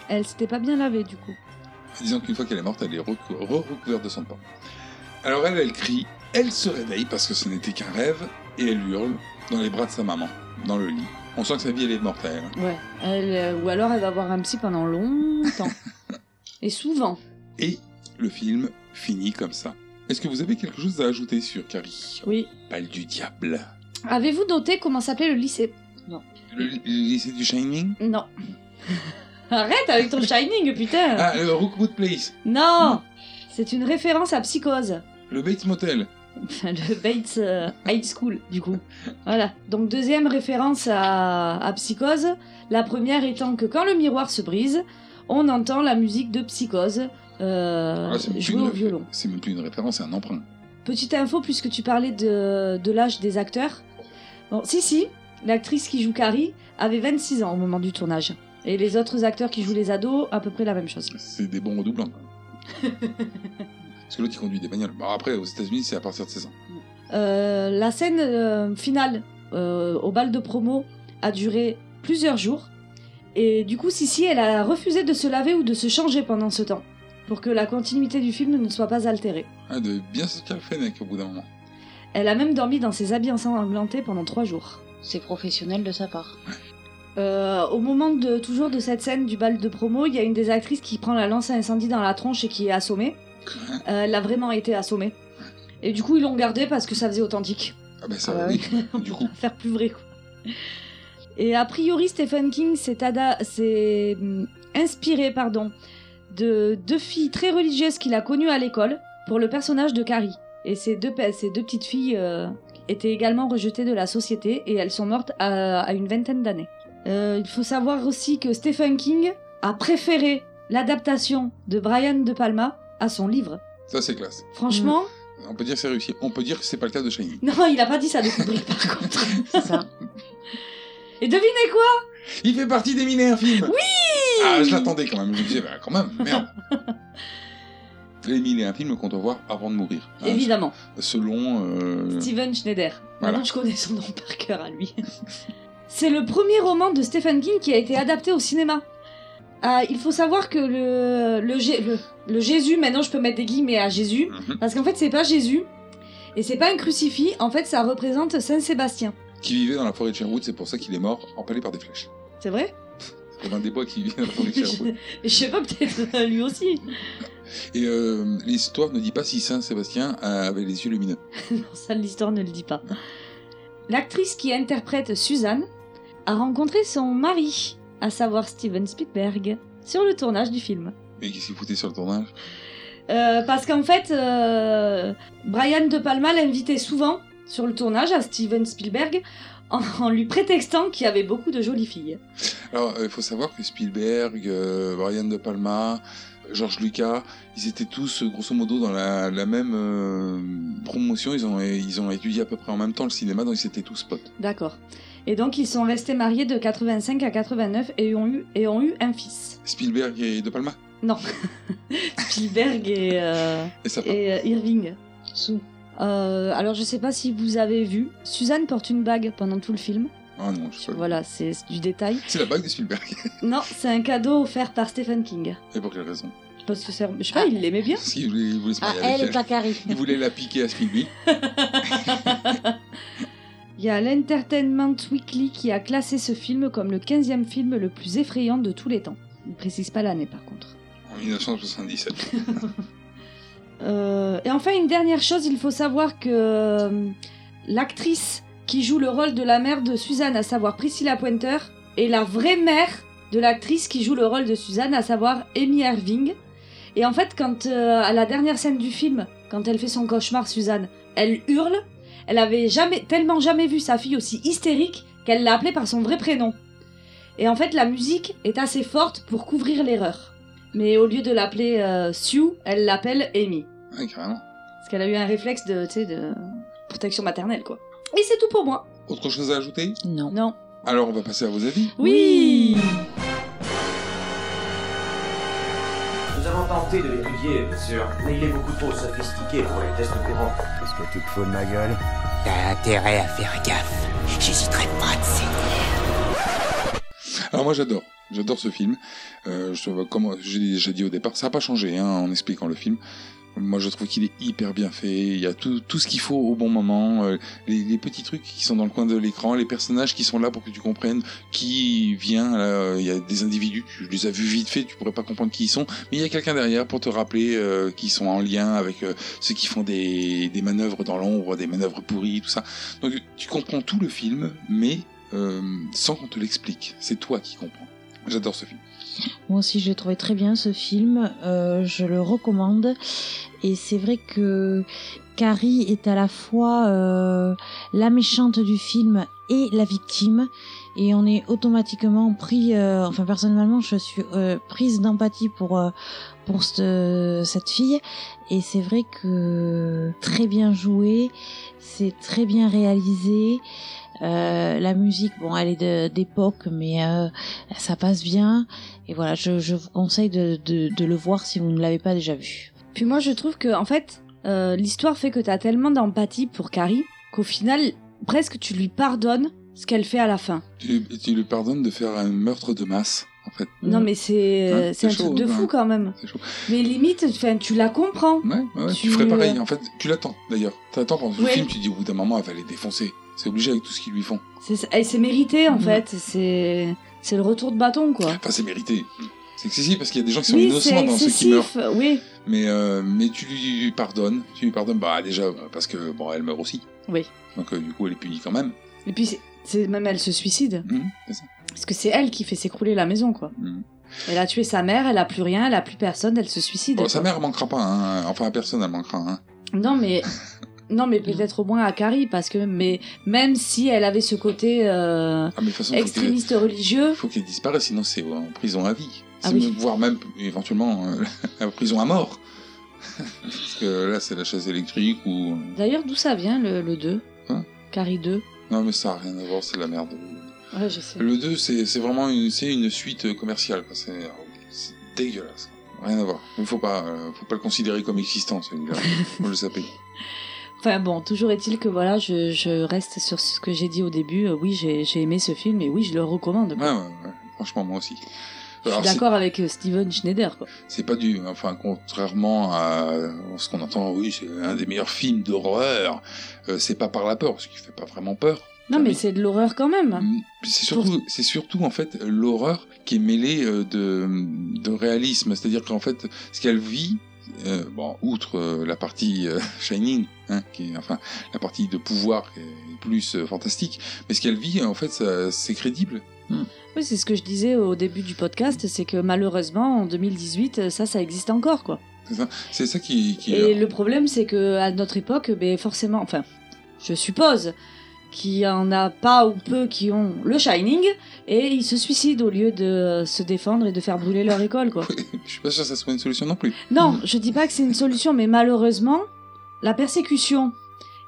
Speaker 6: Elle s'était pas bien lavée, du coup.
Speaker 5: Disons qu'une fois qu'elle est morte, elle est recou- re-recouverte de son sang. Alors elle, elle crie, elle se réveille parce que ce n'était qu'un rêve, et elle hurle dans les bras de sa maman, dans le lit. On sent que sa vie, elle est mortelle.
Speaker 6: Ouais. Elle, euh, ou alors, elle va voir un psy
Speaker 5: [LAUGHS]
Speaker 6: pendant longtemps. et souvent.
Speaker 5: Et le film finit comme ça. Est-ce que vous avez quelque chose à ajouter sur Carrie
Speaker 6: Oui.
Speaker 5: Balle du diable.
Speaker 6: Avez-vous noté comment s'appelait le lycée Non.
Speaker 5: Le, le lycée du Shining
Speaker 6: Non. [LAUGHS] Arrête avec ton Shining, putain
Speaker 5: Ah, le Rookwood Place.
Speaker 6: Non C'est une référence à Psychose.
Speaker 5: Le Bates Motel.
Speaker 6: Enfin, le Bates euh, High School, du coup. Voilà. Donc, deuxième référence à, à Psychose. La première étant que quand le miroir se brise, on entend la musique de Psychose euh,
Speaker 5: Ah, c'est même plus
Speaker 6: jouée
Speaker 5: une
Speaker 6: au
Speaker 5: réf-
Speaker 6: violon.
Speaker 5: C'est même plus une référence, c'est un emprunt.
Speaker 6: Petite info, puisque tu parlais de, de l'âge des acteurs. Bon, si, si, l'actrice qui joue Carrie avait 26 ans au moment du tournage. Et les autres acteurs qui jouent les ados, à peu près la même chose.
Speaker 5: C'est des bons redoublants.
Speaker 6: [LAUGHS]
Speaker 5: quoi. Parce que l'autre, il conduit des bagnoles. Bon, après, aux États-Unis, c'est à partir de 16 ans.
Speaker 6: Euh, la scène euh, finale euh, au bal de promo a duré plusieurs jours. Et du coup, Sissi, elle a refusé de se laver ou de se changer pendant ce temps, pour que la continuité du film ne soit pas altérée.
Speaker 5: Ah, de bien se faire Fennec au bout d'un moment.
Speaker 6: Elle a même dormi dans ses habits ensanglantés pendant trois jours.
Speaker 7: C'est professionnel de sa part.
Speaker 6: Euh, au moment de toujours de cette scène du bal de promo, il y a une des actrices qui prend la lance à incendie dans la tronche et qui est assommée. Euh, elle a vraiment été assommée. Et du coup, ils l'ont gardée parce que ça faisait authentique.
Speaker 5: Ah bah ça
Speaker 6: Ah
Speaker 5: va,
Speaker 6: ouais.
Speaker 5: oui. [LAUGHS] du coup.
Speaker 6: [LAUGHS] faire plus vrai. Quoi. Et a priori, Stephen King s'est ada- s'est, hum, inspiré pardon, de deux filles très religieuses qu'il a connues à l'école pour le personnage de Carrie. Et ces deux, pe- ces deux petites filles euh, étaient également rejetées de la société et elles sont mortes à, à une vingtaine d'années. Euh, il faut savoir aussi que Stephen King a préféré l'adaptation de Brian De Palma à son livre.
Speaker 5: Ça, c'est classe.
Speaker 6: Franchement,
Speaker 5: On peut dire que c'est réussi. On peut dire que c'est pas le cas de Shining.
Speaker 6: [LAUGHS] non, il a pas dit ça de Kubrick par contre. Et devinez quoi
Speaker 5: Il fait partie
Speaker 6: [LAUGHS]
Speaker 5: des mineurs films Oui Ah, je l'attendais quand même. Je me disais, bah quand même, merde. Les mille et un films qu'on doit voir avant de mourir. hein,
Speaker 6: Évidemment.
Speaker 5: selon. euh,
Speaker 6: Steven Schneider.
Speaker 5: Voilà.
Speaker 6: Maintenant, je connais son nom par cœur à lui. [LAUGHS] C'est le premier roman de Stephen King qui a été adapté au cinéma. Ah, il faut savoir que le, le, Jé- le, le Jésus, maintenant je peux mettre des guillemets à Jésus,
Speaker 5: Mhm.
Speaker 6: parce qu'en fait c'est pas Jésus, et c'est pas un crucifix, en fait ça représente Saint-Sébastien.
Speaker 5: qui vivait dans la forêt de Sherwood, c'est pour ça qu'il est mort, empalé par des flèches.
Speaker 6: C'est vrai
Speaker 5: Robin des Bois qui vivait dans la forêt de
Speaker 6: je,
Speaker 5: [LAUGHS] Sherwood.
Speaker 6: [LAUGHS] je sais pas, peut-être [LAUGHS] lui aussi.
Speaker 5: Et euh, l'histoire ne dit pas si Saint Sébastien avait les yeux lumineux.
Speaker 6: non, ça l'histoire ne le dit pas. L'actrice qui interprète Suzanne a rencontré son mari, à savoir Steven Spielberg, sur le tournage du film.
Speaker 5: Mais qu'est-ce qu'il foutait sur le tournage
Speaker 6: Euh, parce qu'en fait, euh, Brian De Palma l'invitait souvent sur le tournage à Steven Spielberg en, [LAUGHS] en lui prétextant qu'il y avait beaucoup de jolies filles.
Speaker 5: Alors, euh, il faut savoir que Spielberg, euh, Brian De Palma, George Lucas, ils étaient tous, euh, grosso modo, dans la, la même euh, promotion. Ils ont, ils ont étudié à peu près en même temps le cinéma, donc ils étaient tous potes.
Speaker 6: D'accord. Et donc ils sont restés mariés de 85 à 89 et ont eu, et ont eu un fils.
Speaker 5: Spielberg et De Palma
Speaker 6: Non. [LAUGHS] Spielberg et, euh,
Speaker 5: Et ça
Speaker 6: et, euh, Irving. Euh, alors je sais pas si vous avez vu, Suzanne porte une bague pendant tout le film.
Speaker 5: Ah non, je sais pas.
Speaker 6: Voilà, c'est du détail.
Speaker 5: C'est la bague de Spielberg.
Speaker 6: Non, c'est un cadeau offert par Stephen King.
Speaker 5: Et pour quelle raison
Speaker 6: Parce que c'est- je sais pas, il
Speaker 5: [LAUGHS]
Speaker 6: l'aimait bien.
Speaker 5: Parce qu'il voulait, il voulait se marier avec Ah, elle.
Speaker 6: Carrie.
Speaker 5: Il voulait la piquer à Spielberg.
Speaker 6: Il y a l'Entertainment Weekly qui a classé ce film comme le 15e film le plus effrayant de tous les temps. Il précise pas l'année par contre.
Speaker 5: En 1977.
Speaker 6: Euh, et enfin, une dernière chose, il faut savoir que euh, l'actrice qui joue le rôle de la mère de Suzanne, à savoir Priscilla Pointer, est la vraie mère de l'actrice qui joue le rôle de Suzanne, à savoir Amy Irving. Et en fait, quand euh, à la dernière scène du film, quand elle fait son cauchemar, Suzanne, elle hurle. Elle avait jamais, tellement jamais vu sa fille aussi hystérique qu'elle l'a appelée par son vrai prénom. Et en fait, la musique est assez forte pour couvrir l'erreur. Mais au lieu de l'appeler euh, Sue, elle l'appelle Amy.
Speaker 5: Ouais, carrément.
Speaker 6: Parce qu'elle a eu un réflexe de, tu sais, de protection maternelle, quoi. Et c'est tout pour moi.
Speaker 5: Autre chose à ajouter
Speaker 7: Non.
Speaker 6: Non.
Speaker 5: Alors on va passer à vos avis.
Speaker 6: Oui,
Speaker 12: Nous avons tenté de l'étudier, bien sûr, mais il est beaucoup trop sophistiqué pour les tests courants.
Speaker 13: Qu'est-ce que tu te fous de ma gueule T'as intérêt à faire gaffe. J'hésiterai pas de
Speaker 5: Alors moi j'adore, j'adore ce film. Euh, je- comme j'ai déjà dit au départ, ça n'a pas changé hein, en expliquant le film. Moi je trouve qu'il est hyper bien fait, il y a tout, tout ce qu'il faut au bon moment, euh, les, les petits trucs qui sont dans le coin de l'écran, les personnages qui sont là pour que tu comprennes qui vient, là, euh, il y a des individus, tu les as vus vite fait, tu pourrais pas comprendre qui ils sont, mais il y a quelqu'un derrière pour te rappeler euh, qu'ils sont en lien avec euh, ceux qui font des, des manœuvres dans l'ombre, des manœuvres pourries, tout ça. Donc tu comprends tout le film, mais euh, sans qu'on te l'explique, c'est toi qui comprends. J'adore ce film.
Speaker 7: Moi aussi, je l'ai trouvé très bien ce film. Euh, je le recommande. Et c'est vrai que Carrie est à la fois euh, la méchante du film et la victime. Et on est automatiquement pris. euh, enfin, personnellement, je suis euh, prise d'empathie pour euh, pour cette, cette fille. Et c'est vrai que très bien joué, c'est très bien réalisé. Euh, la musique, bon, elle est de- d'époque, mais euh, ça passe bien. Et voilà, je, je vous conseille de, de, de le voir si vous ne l'avez pas déjà vu.
Speaker 6: Puis moi, je trouve que, en fait, euh, l'histoire fait que t'as tellement d'empathie pour Carrie qu'au final, presque tu lui pardonnes ce qu'elle fait à la fin.
Speaker 5: Tu, tu lui pardonnes de faire un meurtre de masse, en fait.
Speaker 6: Non, mais c'est euh,
Speaker 5: Ouais,
Speaker 6: c'est un
Speaker 5: chaud,
Speaker 6: truc de
Speaker 5: hein.
Speaker 6: fou quand même. Mais limite, enfin, tu la comprends.
Speaker 5: Ouais, ouais, tu...
Speaker 6: Tu- euh,
Speaker 5: ferais pareil. En fait, tu l'attends, d'ailleurs. T'attends quand tu
Speaker 6: Ouais.
Speaker 5: film, tu dis au bout d'un moment, elle va les défoncer. C'est obligé avec tout ce qu'ils lui font.
Speaker 6: C'est ça- et c'est mérité en fait. C'est c'est le retour de bâton quoi.
Speaker 5: Enfin, c'est mérité. C'est excessif parce qu'il y a des gens qui sont
Speaker 6: Oui,
Speaker 5: innocents
Speaker 6: c'est
Speaker 5: dans ceux qui meurent.
Speaker 6: excessif, oui.
Speaker 5: Mais, euh, mais tu lui lui pardonnes. Tu lui pardonnes, bah déjà, parce que bon, elle meurt aussi.
Speaker 6: Oui.
Speaker 5: Donc euh, du coup, elle est punie quand même. Mmh,
Speaker 6: Et puis c'est- c'est même elle se suicide.
Speaker 5: c'est ça.
Speaker 6: Parce que c'est elle qui fait s'écrouler la maison quoi.
Speaker 5: Mhm.
Speaker 6: Elle a tué sa mère, elle a plus rien, elle a plus personne, elle se suicide.
Speaker 5: Bon,
Speaker 6: quoi.
Speaker 5: Oh, sa mère elle manquera pas. Hein. Enfin, personne elle manquera. Hein.
Speaker 6: Non
Speaker 5: [LAUGHS]
Speaker 6: mais non mais peut-être au moins à Carrie parce que mais même si elle avait ce côté euh,
Speaker 5: Ah, mais de toute façon, faut
Speaker 6: extrémiste
Speaker 5: qu'elle-
Speaker 6: religieux.
Speaker 5: faut qu'elle disparaisse, sinon c'est en prison à vie.
Speaker 6: Ah
Speaker 5: C'est
Speaker 6: oui.
Speaker 5: me- Voire même éventuellement euh, [LAUGHS] la prison à mort. Parce que là, c'est la chaise électrique ou. euh,
Speaker 6: D'ailleurs d'où ça vient le, le 2
Speaker 5: Hein
Speaker 6: Carrie 2.
Speaker 5: Non, mais ça n'a rien à voir, c'est de la merde.
Speaker 6: Ouais, je sais.
Speaker 5: Le 2, c'est c'est vraiment une, c'est une suite commerciale. quoi. C'est c'est euh, dégueulasse. rien à voir. Il faut pas, euh, faut pas le considérer comme existant, celui-là. faut le saper.
Speaker 14: Enfin bon, toujours est-il que voilà, je, je reste sur ce que j'ai dit au début. Euh, oui, j'ai j'ai aimé ce film et oui, je le recommande.
Speaker 5: Ouais, ouais, ouais. Franchement, moi aussi.
Speaker 14: Je suis
Speaker 5: Alors, c'est-
Speaker 14: d'accord avec euh, Steven Schneider. Quoi.
Speaker 5: C'est pas du, enfin contrairement à ce qu'on entend, oui, c'est un des meilleurs films d'horreur. Euh, c'est pas par la peur, parce qu'il fait pas vraiment peur.
Speaker 6: Non, mais c'est de l'horreur quand même.
Speaker 5: Puis C'est surtout, c'est surtout en fait l'horreur qui est mêlée euh, de, de réalisme, c'est-à-dire qu'en fait ce qu'elle vit, euh, bon, outre euh, la partie euh, [LAUGHS] Shining, hein, qui est enfin la partie de pouvoir qui est plus euh, fantastique, mais ce qu'elle vit en fait ça- c'est crédible.
Speaker 6: Oui, c'est ce que je disais au début du podcast, c'est que malheureusement, en 2018, euh, ça, ça existe encore, quoi.
Speaker 5: C'est ça, c'est ça qui, qui est-
Speaker 6: Et le problème, c'est que à notre époque, ben, forcément, enfin, je suppose qu'il y en a pas ou peu qui ont le Shining et ils se suicident au lieu de se défendre et de faire brûler leur école, quoi.
Speaker 5: [LAUGHS] je suis pas sûr que ça soit une solution non plus.
Speaker 6: Non, je dis pas que c'est une solution, mais malheureusement, la persécution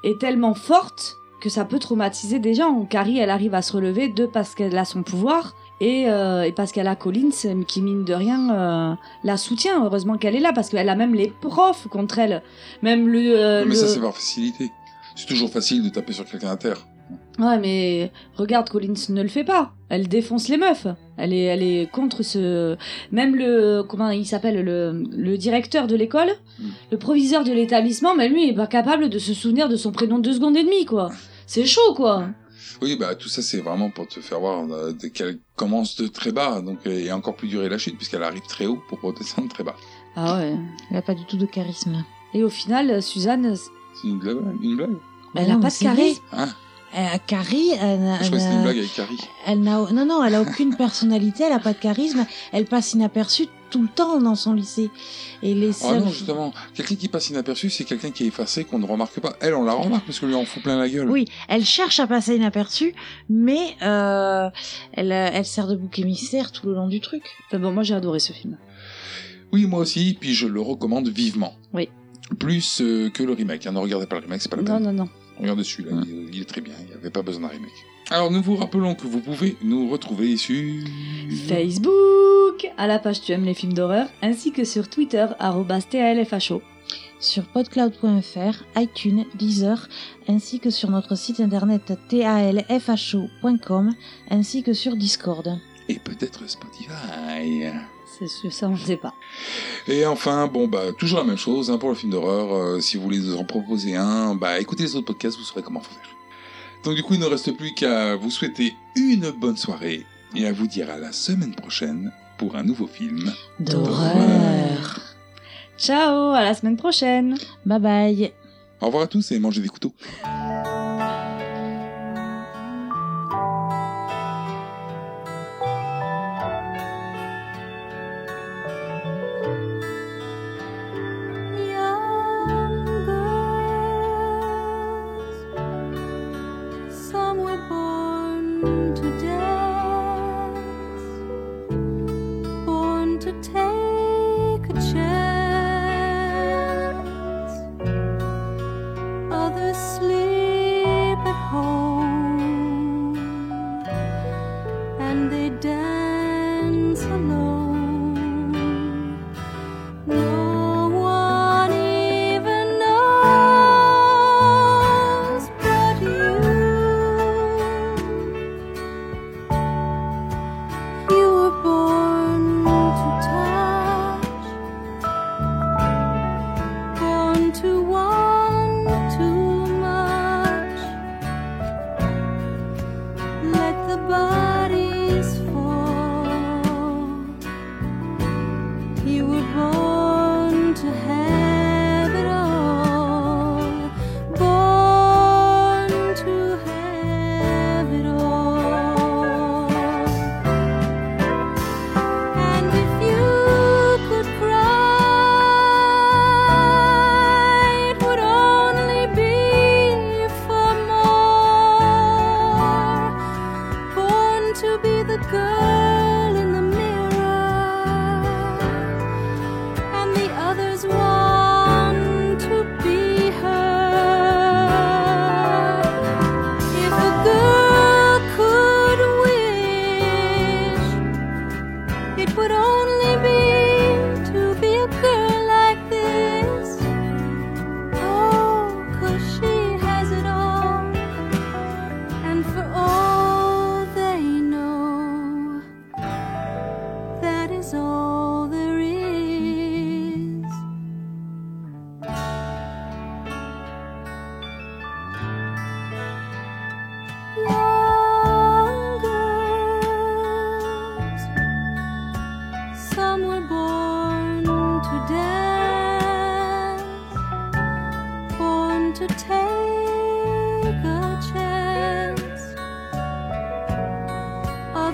Speaker 6: est tellement forte que ça peut traumatiser des gens. Carrie, elle arrive à se relever de parce qu'elle a son pouvoir et, euh, et parce qu'elle a Collins euh, qui, mine de rien, euh, la soutient. Heureusement qu'elle est là parce qu'elle a même les profs contre elle. Même le. euh,
Speaker 5: Non, mais
Speaker 6: le-
Speaker 5: ça c'est par facilité. C'est toujours facile de taper sur quelqu'un à terre.
Speaker 6: Ouais, mais regarde, Collins ne le fait pas. Elle défonce les meufs. Elle est, elle est contre ce. Même le. Comment il s'appelle le, le directeur de l'école, le proviseur de l'établissement, mais lui, il est pas capable de se souvenir de son prénom deux secondes et demie, quoi. C'est chaud, quoi.
Speaker 5: Oui, bah tout ça c'est vraiment pour te faire voir euh, de- qu'elle commence de très bas, donc euh, et encore plus durer la chute puisqu'elle arrive très haut pour redescendre très bas.
Speaker 6: Ah ouais.
Speaker 7: Elle a pas du tout de charisme.
Speaker 6: Et au final, Suzanne.
Speaker 5: C'est une blague, une blague.
Speaker 7: Elle n'a pas de charisme.
Speaker 5: Hein
Speaker 7: Euh, Carrie, elle, n'a-
Speaker 5: Je crois que
Speaker 7: elle
Speaker 5: c'était une
Speaker 7: n'a-
Speaker 5: blague avec Carrie.
Speaker 7: elle n'a, non, non, elle a aucune personnalité, elle a pas de charisme, elle passe inaperçue tout le temps dans son lycée. Et les
Speaker 5: Oh
Speaker 7: seuls-
Speaker 5: non, justement, quelqu'un qui passe inaperçu, c'est quelqu'un qui est effacé, qu'on ne remarque pas. Elle, on la remarque parce qu'on lui en fout plein la gueule.
Speaker 7: Oui, elle cherche à passer inaperçue, mais euh, elle, euh, elle sert de bouc émissaire tout le long du truc.
Speaker 6: bon, moi j'ai adoré ce film.
Speaker 5: Oui, moi aussi, puis je le recommande vivement.
Speaker 6: Oui.
Speaker 5: Plus euh, que le remake. hein, ne regardez pas le remake, c'est pas la peine.
Speaker 6: Non, non, non.
Speaker 5: Regardez celui-là, il, il est très bien, il n'y avait pas besoin d'un remake. Alors nous vous rappelons que vous pouvez nous retrouver sur...
Speaker 6: Facebook, à la page Tu aimes les films d'horreur, ainsi que sur Twitter, arrobas TALFHO.
Speaker 7: Sur podcloud.fr, iTunes, Deezer, ainsi que sur notre site internet talfho.com, ainsi que sur Discord.
Speaker 5: Et peut-être Spotify.
Speaker 6: C'est sûr, ça on ne sait pas.
Speaker 5: Et enfin, bon, bah, toujours la même chose hein, pour le film d'horreur. euh, si vous voulez nous en proposer un, bah, écoutez les autres podcasts, vous saurez comment faire. Donc, du coup, il ne reste plus qu'à vous souhaiter une bonne soirée et à vous dire à la semaine prochaine pour un nouveau film.
Speaker 7: D'horreur.
Speaker 6: Ciao, à la semaine prochaine.
Speaker 7: Bye bye.
Speaker 5: Au revoir à tous et mangez des couteaux.
Speaker 15: Young girls, some were born to dance, born to take a chance. Others sleep
Speaker 6: Oh,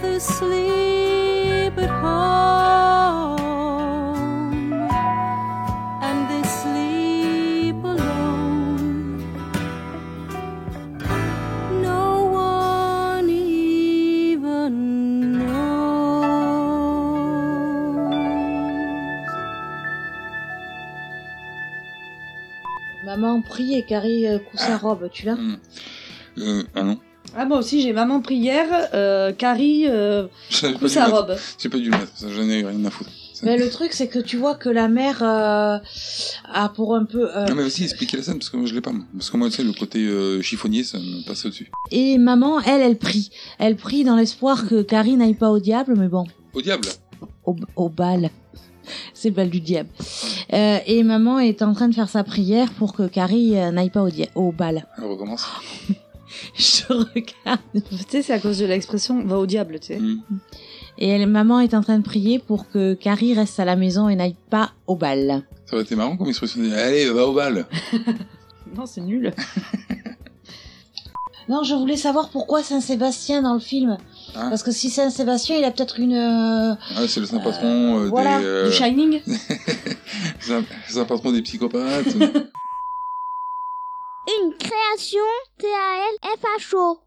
Speaker 15: to sleep at home, and they sleep alone. No one even knows.
Speaker 7: Maman prie et Carrie euh, coud sa robe, tu l'as
Speaker 5: Euh, ah non.
Speaker 6: Ah, moi aussi, j'ai maman prière, euh, Carrie, euh,
Speaker 5: J'avais pas
Speaker 6: coud
Speaker 5: dû
Speaker 6: sa
Speaker 5: le mettre.
Speaker 6: robe.
Speaker 5: J'ai pas dû le mettre, ça, j'en ai rien à foutre.
Speaker 7: Mais le truc, c'est que tu vois que la mère euh, a pour un peu. euh,
Speaker 5: Non, mais aussi expliquer la scène, parce que moi je l'ai pas. moi. Parce que moi, tu sais, le côté euh, chiffonnier, ça me passe au-dessus.
Speaker 7: Et maman, elle, elle prie. Elle prie dans l'espoir que Carrie n'aille pas au diable, mais bon,
Speaker 5: Au diable hein,
Speaker 7: au, au bal. C'est le bal du diable. Euh, et maman est en train de faire sa prière pour que Carrie euh, n'aille pas au, dia- au bal.
Speaker 5: Elle recommence.
Speaker 7: [LAUGHS] Je regarde.
Speaker 14: [LAUGHS] Tu sais, c'est à cause de l'expression va au diable, tu sais.
Speaker 7: Et elle, maman est en train de prier pour que Carrie reste à la maison et n'aille pas au bal.
Speaker 5: Ça aurait été marrant comme expression. de dire, Allez, va au bal
Speaker 14: Non, c'est nul.
Speaker 7: Non, je voulais savoir pourquoi Saint-Sébastien dans le film.
Speaker 5: Hein
Speaker 7: Parce que si Saint-Sébastien, il a peut-être une. euh,
Speaker 5: ah, C'est le saint patron euh,
Speaker 7: voilà,
Speaker 5: des. euh,
Speaker 7: du Shining.
Speaker 5: saint- saint patron
Speaker 7: [LAUGHS]
Speaker 5: des psychopathes.
Speaker 16: Une création T-A-L-F-H-O.